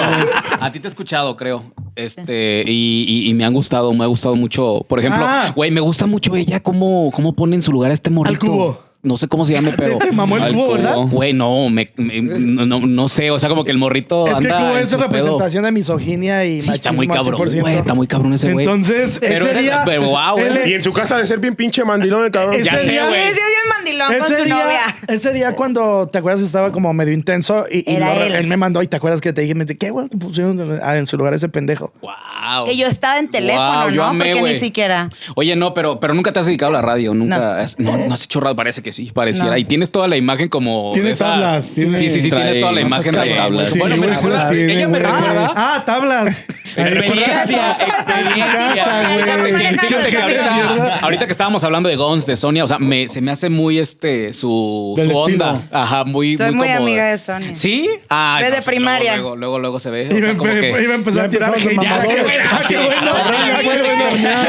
A ti te he escuchado, creo. Este, y, y- y me han gustado, me ha gustado mucho. Por ejemplo,
Ah.
güey, me gusta mucho ella cómo, cómo pone en su lugar a este morrito.
Al cubo.
no sé cómo se llame,
[laughs]
pero.
Te mamó el
Al
cubo, ¿verdad?
cubo.
Güey, no, me- me- no, no- no sé. O sea, como que el morrito
Es que
Oh, anda.
como
en
es
su pedo.
representación de misoginia y
Sí, está muy
machismo al
cabrón,
100%.
güey. Está muy cabrón ese güey.
Entonces,
Pero
ese
era-
día.
pero wow,
él-
Y en su casa de ser bien pinche mandilón el cabrón.
Ese
Ya sé,
día-
Ese
güey.
día es mandilón con
Ese
su
día,
novia.
ese día cuando, ¿te acuerdas? Estaba como medio intenso y, y
Era
lo-
él.
él me mandó y te acuerdas que te dije, me dice, ¿qué güey te pusieron en- ah, en su lugar ese pendejo?
Wow.
Que yo estaba en teléfono,
Wow, yo
¿no?
amé,
Porque
güey.
ni siquiera.
Oye, no, pero, pero nunca te has dedicado a la radio. Nunca.
No.
has- No, no, has hecho radio. Parece que sí, pareciera.
No.
Y tienes toda la imagen como.
Tiene
de esas-
tablas, tiene-
Sí, sí, sí,
Trae
tienes toda la
unas
imagen de
tablas.
tablas.
Sí,
bueno, me
güey, sí
recuerda,
las tiene,
ella me
güey.
recuerda.
Ah,
[laughs]
tablas.
Experiencia, [laughs] experiencia.
Sí, está muy manejado
Fíjate que
esa
ahorita,
mierda.
ahorita que estábamos hablando de Gons, de Sonia, o sea, me- se me hace muy este su,
Del
su
estilo.
onda. Ajá, muy.
Soy muy
como-
amiga de Sonia.
¿Sí? Ah,
Desde
sí,
primaria.
Luego, luego, luego se ve. o
Y me,
sea, como que-
iba a empezar
Ya
a tirar
empezamos de
hate. Ya,
mamador.
qué bueno, ah, qué bueno.
Ya,
Qué
güey,
bueno.
ya,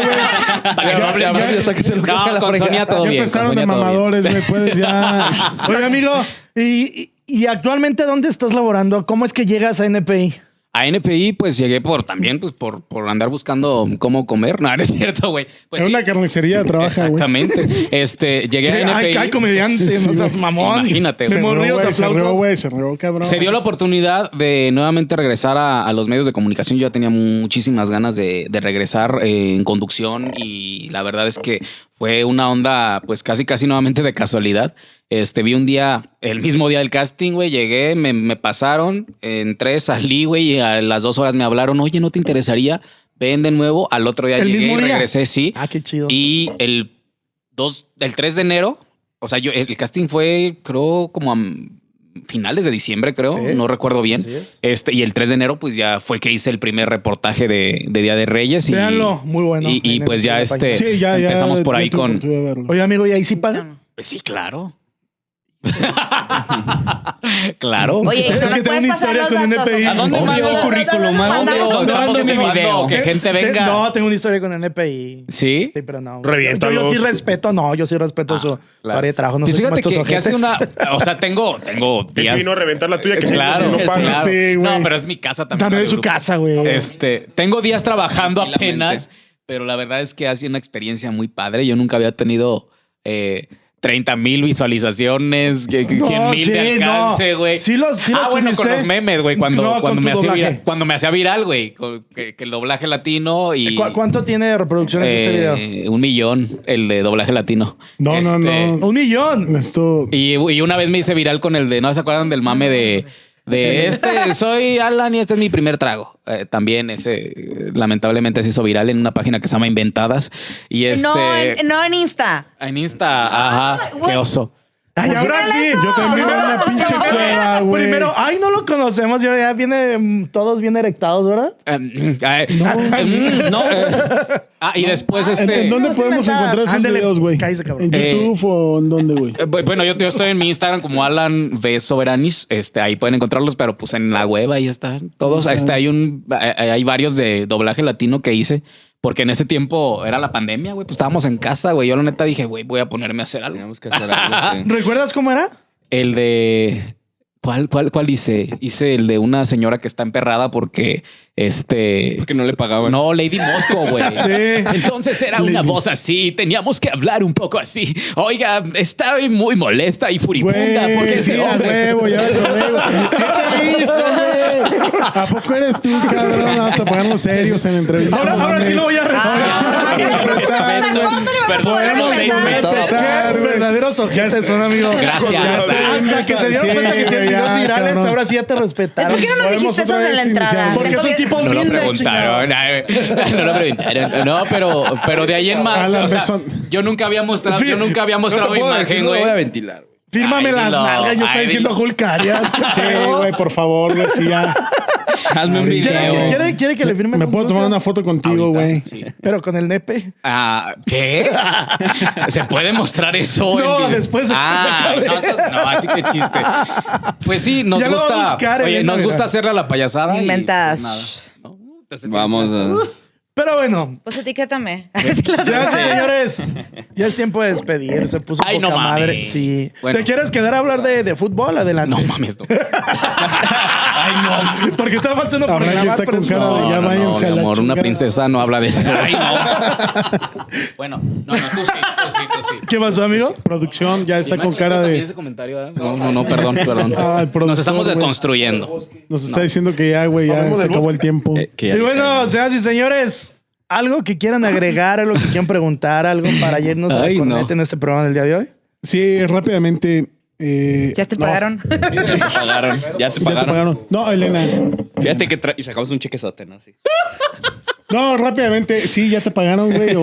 güey.
Para que no hable
ya,
más.
ya
No, con Sonia todo
Ya
bien. con
empezaron
Sonia todo
de
bien.
mamadores, güey.
[laughs]
Puedes ya.
Oye, amigo, y, y- y actualmente dónde estás laborando? ¿Cómo es que llegas a NPI?
A NPI, pues llegué por también, pues por, por andar buscando cómo comer. No, [laughs] no es cierto, güey. Pues,
en
sí,
una carnicería trabaja, güey.
Exactamente. Este, llegué a NPI.
[laughs] Ay, ay, comediante, no seas mamón.
Imagínate,
Se
güey.
rió,
morrió,
güey,
se
se rió,
aplausos.
güey, se rió, cabrón.
Se dio la oportunidad de nuevamente regresar a, a los medios de comunicación. Yo ya tenía muchísimas ganas de, de regresar eh, en conducción y la verdad es que fue una onda, pues casi, casi nuevamente de casualidad. Este, vi un día, el mismo día del casting, güey, llegué, me, me pasaron, entré, salí, güey, y a las dos horas me hablaron, oye, ¿no te interesaría? Ven de nuevo. Al otro día
¿El
llegué
mismo
y
día?
regresé, sí.
Ah, qué chido.
Y el 2, el 3 de enero, o sea, yo, el casting fue, creo, como a m- finales de diciembre, creo,
Sí.
no recuerdo bien. Este, y el 3 de enero, pues ya fue que hice el primer reportaje de, de Día de Reyes. Y,
Véanlo, muy bueno.
Y, y
En
pues
el- en
ya
la
este,
página.
Sí, ya, ya.
empezamos por
yo
ahí
tuve
con...
oportunidad de verlo.
Oye, amigo, ¿y ahí sí pagan?
Pues sí, claro. [laughs] claro.
Es
Oye, ¿y
que
no me
tengo
puedes
una
pasar
historia
los
con
datos?
NPI. ¿A
dónde
Obvio.
mando el currículum? ¿A dónde
Mándame los
lo
datos.
mando? mi video.
Que gente
Te-
venga.
No, tengo una historia con el NPI.
¿Sí?
Sí, pero no. Yo,
Reviéntalo.
yo sí respeto, no, yo sí respeto su
Claro.
área de trabajo. No
Pues
sé cómo
fíjate
estos
que, que hace
ojetes.
una... O sea, tengo, tengo
Él
días-
se vino a reventar la tuya que
claro,
si no pagas.
claro.
Sí, güey.
no, pero es mi casa también.
También es su
Grupo.
casa, güey.
Este, tengo días trabajando apenas, pero la verdad es que ha sido una experiencia muy padre. Yo nunca había tenido eh, 30 mil visualizaciones, que- que
No,
100 mil de
sí, no.
alcance, güey.
Sí los- sí
ah,
los
bueno, con
tuviste.
los memes, güey, cuando,
No, con
cuando, me
tu
hacía
doblaje.
viral- cuando me hacía viral, güey, con- que, que el doblaje latino y...
¿Cu- ¿Cuánto tiene reproducciones este video?
eh, un millón, el de doblaje latino.
No, no,
Este,
no.
Un millón.
Esto.
y, y una vez me hice viral con el de, ¿no se acuerdan del mame de, de este? Soy Alan y este es mi primer trago. Eh, también ese, eh, lamentablemente, se hizo viral en una página que se llama Inventadas. Y este.
No, en, no en Insta.
En Insta, ajá,
güey.
qué oso.
Ay, ahora sí.
Yo también era una pinche cueva, güey.
Primero, ay, no lo conocemos. Y ahora ya viene mm, todos bien erectados, ¿verdad?
Eh, eh, eh, no, eh. Ah, y después
¿En, en
este.
dónde
Unas
podemos
inventadas.
encontrar esos
Ándele,
videos, güey?
cállese, cabrón.
¿En YouTube o en dónde,
[laughs]
güey?
Eh, bu- Bueno, yo, yo estoy en mi Instagram como Alan V Soberanis. Este, ahí pueden encontrarlos, pero pues en la web ahí están todos. Este, hay un, eh, hay varios de doblaje latino que hice. Porque en ese tiempo era la pandemia, güey. Pues estábamos en casa, güey. Yo la neta dije, güey, voy a ponerme a hacer algo.
Tenemos que hacer algo, sí.
¿Recuerdas cómo era?
El de. ¿Cuál, cuál, cuál hice? Hice el de una señora que está emperrada porque este.
Porque no le pagaban.
No, Lady Mosco, güey. Entonces era una voz así, teníamos que hablar un poco así. Oiga, estoy muy molesta y furibunda
Güey,
porque
sí,
este
a
hombre...
huevo, ya lo tomé, güey. Sí te he visto, güey. ¿A poco eres tú, cabrón? Vamos a ponernos serios en entrevistas.
Ahora,
no
ahora
mames.
sí lo voy a
Ah, ya
resolver.
vamos a empezar.
Perdón,
¿Cuándo le vamos a poder
perdón,
empezar?
seis meses.
Qué
güey.
verdaderos ojetes son, amigo.
Gracias.
Ya sé, Hasta que se dieron
Sí,
cuenta que tienes
güey, ya,
videos virales,
cabrón.
ahora sí ya te respetaron.
¿Por qué no nos
Podemos
dijiste eso
otra
de la
vez
entrada?
iniciar.
Porque
Tengo
soy
que-
tipo
No lo
humilde,
preguntaron, ay, [laughs] no lo preguntaron. No, pero, pero de ahí en más,
Alan
o sea,
Besson.
yo nunca había mostrado, yo nunca había
No te
mostrado
puedo decir,
imagen,
no lo
güey.
voy a ventilar. güey.
Fírmame
Ay,
las
dilo.
nalgas, yo
Ay,
estaba diciendo
dilo.
Hulk
[laughs]
Arias.
[laughs] Sí, güey, por favor, güey, sí, ya.
Hazme un
¿Quiere,
video.
que- quiere- quiere que le firme?
¿Me puedo tomar una foto contigo,
Ahorita,
güey?
sí.
Pero con el nepe.
Ah, ¿Qué? ¿Se puede mostrar
No,
eso? en vivo?
después de que
Ah,
se acabe.
no, entonces- no, así que chiste. Pues sí, nos
Ya lo va a
gusta.
buscar,
oye,
Elena,
nos
mira.
gusta hacerle a la payasada. y, pues,
Inventadas.
nada, ¿no? Entonces,
Vamos a...
Pero bueno,
Pues etiquétame. Así las- [laughs]
señoras y señores, ya es tiempo de despedir. Se puso
Ay,
poca
no mames.
madre. Sí.
Bueno.
¿Te quieres quedar a hablar de, de fútbol? Adelante.
No mames, no.
Porque te falta uno por
Ahora ya
grabar,
está
pero
con
es-
cara de
no.
ya
No, no, no, mi
váyanse a la
amor, una
chingada.
princesa no habla de eso. bueno, no, no, tú sí, tú sí, tú sí.
¿Qué pasó, amigo?
Producción ya está con cara
También
de.
ese comentario, ¿verdad? No, no, no, perdón, perdón.
Ah, el productor,
Nos estamos
güey.
deconstruyendo.
Nos está diciendo que ya, güey, ya
Hablemos
se
del
acabó
bosque.
el tiempo.
Eh, que ya-
Y bueno, señoras y señores, algo que quieran agregar, algo que quieran preguntar, algo para irnos a la
Ay, no.
corneta en este programa del día de hoy.
Sí, rápidamente. eh,
Ya te
no, [laughs]
pagaron. [laughs]
Ya te pagaron. Ya te
Ya te
pagaron.
pagaron. No, Elena.
Fíjate que tra- y sacamos un chequezote, ¿no? Sí.
No, rápidamente. Sí, ya te pagaron,
[laughs]
güey. o-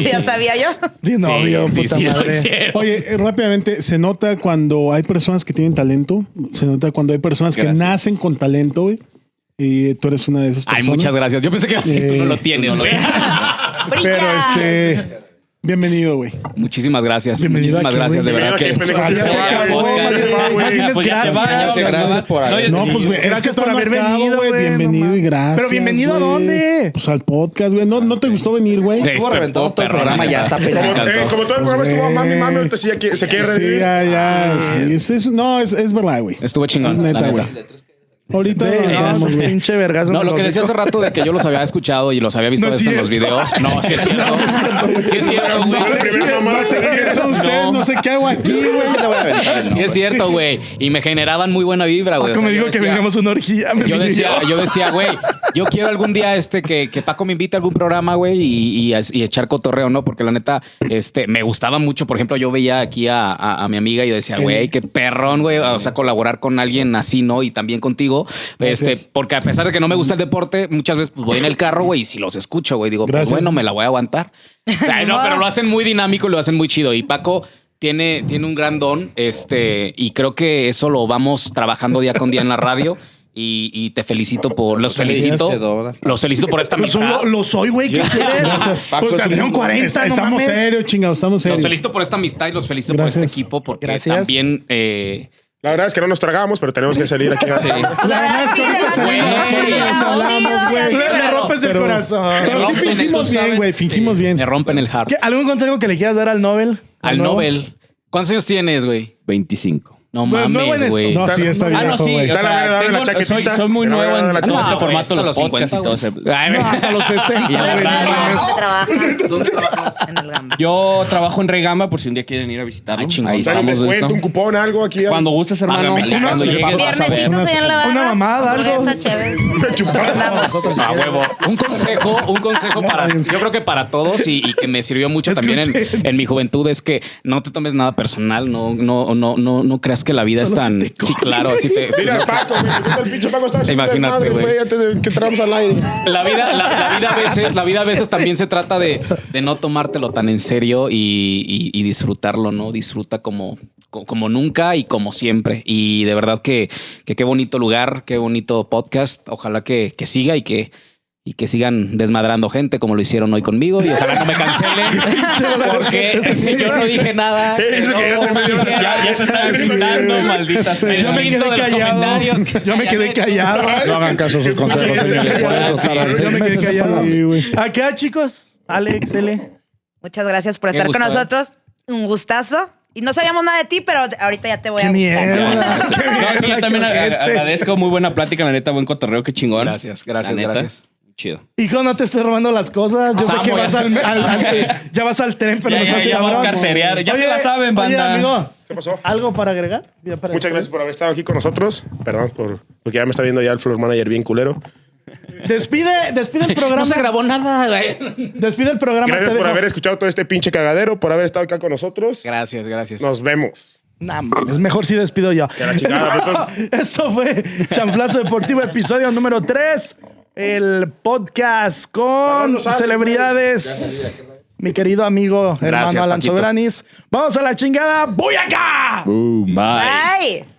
ya sabía yo.
Di novio,
sí,
puta
sí, lo
madre.
hicieron.
Oye, eh, rápidamente, se nota cuando hay personas que tienen talento, se nota cuando hay personas que
Gracias.
nacen con talento, güey. Y tú eres una de esas
Ay,
personas.
muchas gracias. Yo pensé que iba a decir, tú no lo
Eh,
tienes. güey.
Pero
Brilla.
este, bienvenido, güey.
[laughs] Muchísimas gracias.
Bienvenido
Muchísimas
aquí,
gracias, de
güey.
verdad que.
Bienvenido
Ah,
aquí,
Ya se
Sí,
acabó,
güey,
madre.
se va, güey.
Imagínense,
Pues ya se va, ya se
gracias.
graba.
Gracias por
No,
haber
yo-
No, pues, güey,
Gracias
es que
por
todavía
haber
no acabo,
venido, güey, no
Bienvenido y
mames.
gracias.
Pero bienvenido, ¿a
güey.
dónde?
Pues al podcast, güey. No, no te gustó venir, güey.
Te
Estuvo reventado todo el
perrón,
programa, ya está
Como,
pelado.
eh, como todo el
Pues,
programa estuvo mami, mami, ahorita sí ya qui- se quiere
Sí,
revivir.
ya, ya. sí, es, es- no, es, es verdad, güey.
Estuvo chingón.
Es
la
neta,
neta.
güey. Ahorita
Sí, no,
nos
es
vamos,
un
güey.
pinche vergazo.
No,
en
lo
el
que decía hace
hocico.
rato de que yo los había escuchado y los había visto
No es
desde en los
cierto.
videos.
[laughs]
No, sí es cierto. Sí es cierto, güey.
[laughs] No, la primera mamada
Sí, Eso ustedes, no. sé qué hago aquí, güey.
Sí es cierto, güey. Y me generaban muy buena vibra, güey. O
Paco
sea,
me
yo
dijo que
decía-
veníamos una orgía. me
Yo decía,
siguió.
yo decía, güey, yo quiero algún día este que, que Paco me invite a algún programa, güey, y, y- y echar cotorreo, ¿no? Porque la neta, este, me gustaba mucho. Por ejemplo, yo veía aquí a, a- a mi amiga y decía, güey, qué perrón, güey. O sea, colaborar con alguien así, ¿no? Y también contigo. Este, porque a pesar de que no me gusta el deporte, muchas veces pues, voy en el carro, güey, y si los escucho, güey, digo, pues
Gracias.
bueno, me la voy a aguantar. Ay, no, pero lo hacen muy dinámico y lo hacen muy chido. Y Paco. Tiene, tiene un gran don, este, y creo que eso lo vamos trabajando día con día en la radio. Y, y te felicito por. Los felicito.
Merecedora.
Los felicito por esta
Pues
amistad.
un lo, lo soy, güey. ¿Qué
[laughs]
quieres?
Paco,
Pues
es un-
también 40, no
Estamos
mames.
serios, chingados, estamos
Los
serios.
felicito por esta amistad y los felicito por
Gracias.
este equipo porque
Gracias.
también. eh,
La verdad es que no nos tragamos, pero tenemos que salir aquí.
La verdad es que
con
le
esa
da
buena
cuenta,
serie
le da
nos
un
hablamos,
chido,
güey.
ya sí,
Le, le
pero-
rompes el
Pero-
corazón.
Pero sí
rompen el-
fingimos
tú
bien,
sabes,
güey, fingimos
sí,
bien.
Me rompen el heart.
¿Qué- ¿Algún consejo que le quieras dar al Nobel?
Al
nuevo?
Nobel. ¿Cuántos años tienes, güey?
25.
No
Pues, nuevo en
mames,
esto.
güey.
No, sí, está bien.
Ah, no, sí. O
Está la buena edad
sea,
de la
tengo- soy,
chaquetita.
soy muy
Está la
nuevo
buena edad de
en
la
todo este
güey,
formato,
hasta
los
los
podcasts y
50,
todo ese.
Ay,
No,
[laughs]
güey.
hasta
[laughs]
los 60.
Ya,
güey, no
ya, ya.
mames.
¿Dónde trabajas?
¿Dónde trabajas?
En el gamba.
Yo trabajo en Regamba por si un día quieren ir a visitarlo.
Ay, chingón.
Ahí
Dale un
estamos,
descuento,
¿no?
un cupón, algo aquí.
Cuando gustes, hermano.
Págame,
cuando
cuando
llegues,
llegues.
vas a ver.
Viernesitos allá en la barra.
Una mamada, algo.
Hamburguesa,
[laughs]
chéves. Andamos.
Pues, A huevo. Un consejo, un consejo para,
Váyanse.
yo creo que para todos y, y que me sirvió mucho también en,
Escuchen.
en mi juventud es que no te tomes nada personal, no, no, no, no, no creas que la vida
Solo
es tan.
si te
sí, claro, sí te-
Dile al Paco, güey, que el pinche Paco está haciendo
Imagínate,
desmadre,
güey.
güey, antes de que entramos al aire.
La vida, la, la vida a veces, la vida a veces también se trata de, de no tomártelo tan en serio y, y- y disfrutarlo, ¿no? Disfruta como, co- como nunca y como siempre. Y de verdad que, que qué bonito lugar, qué bonito podcast. Ojalá que, que siga y que, y que sigan desmadrando gente como lo hicieron hoy conmigo. Y ojalá no me cancelen. porque yo no dije nada.
Eso que ya se me dio la-
Ya, ya se está insultando, maldita. sea.
Yo me quedé
Lindo de los
callado.
comentarios que se
Yo me
hayan
quedé
hecho.
callado.
Ay,
No hagan caso a sus
qué-
consejos,
qué-
señores. Por eso
Ah, Sí,
tardan
yo
seis
me quedé
meses.
meses
callado.
ahí, güey.
Acá, chicos. Alex, L.
Muchas gracias por
Qué
estar con
gusto, ¿eh?
nosotros. Un gustazo. Y no sabíamos nada de ti, pero ahorita ya te voy a
Qué
gustar.
mierda. Qué
No, sí,
mierda,
yo también
qué
ag-
ojete.
agradezco. Muy buena plática, la neta. Buen cotorreo, qué chingón.
Gracias, gracias,
La neta,
gracias.
Chido.
Hijo, no te estoy robando las cosas. Yo sé
Samo,
que
ya
vas
sé.
al, al-
[laughs]
al- ya vas al tren, pero
Ya,
no
ya,
seas
ya van a
cabrón.
carterear. Ya se la saben, banda.
Oye, amigo,
¿Qué pasó?
¿algo para agregar? Ya Ah, para
Muchas gracias por haber estado aquí con nosotros. Perdón, por, porque ya me está viendo ya el floor manager bien culero.
Despide, despide
[laughs]
el programa.
No se grabó nada. güey.
Despide el programa.
Gracias
te
por
dejo.
haber escuchado todo este pinche cagadero, por haber estado acá con nosotros.
Gracias, gracias.
Nos vemos.
Nah, mames, mejor si despido yo.
la chingada,
[laughs]
pues.
Esto fue Chanflazo Deportivo, episodio número 3. El podcast con
Salas,
celebridades. Mi querido amigo, hermano
Gracias,
Alan
Paquito. Oh,
Soberanis. Vamos a la chingada. ¡Voy acá!
Ah,
Boom, bye.
Bye.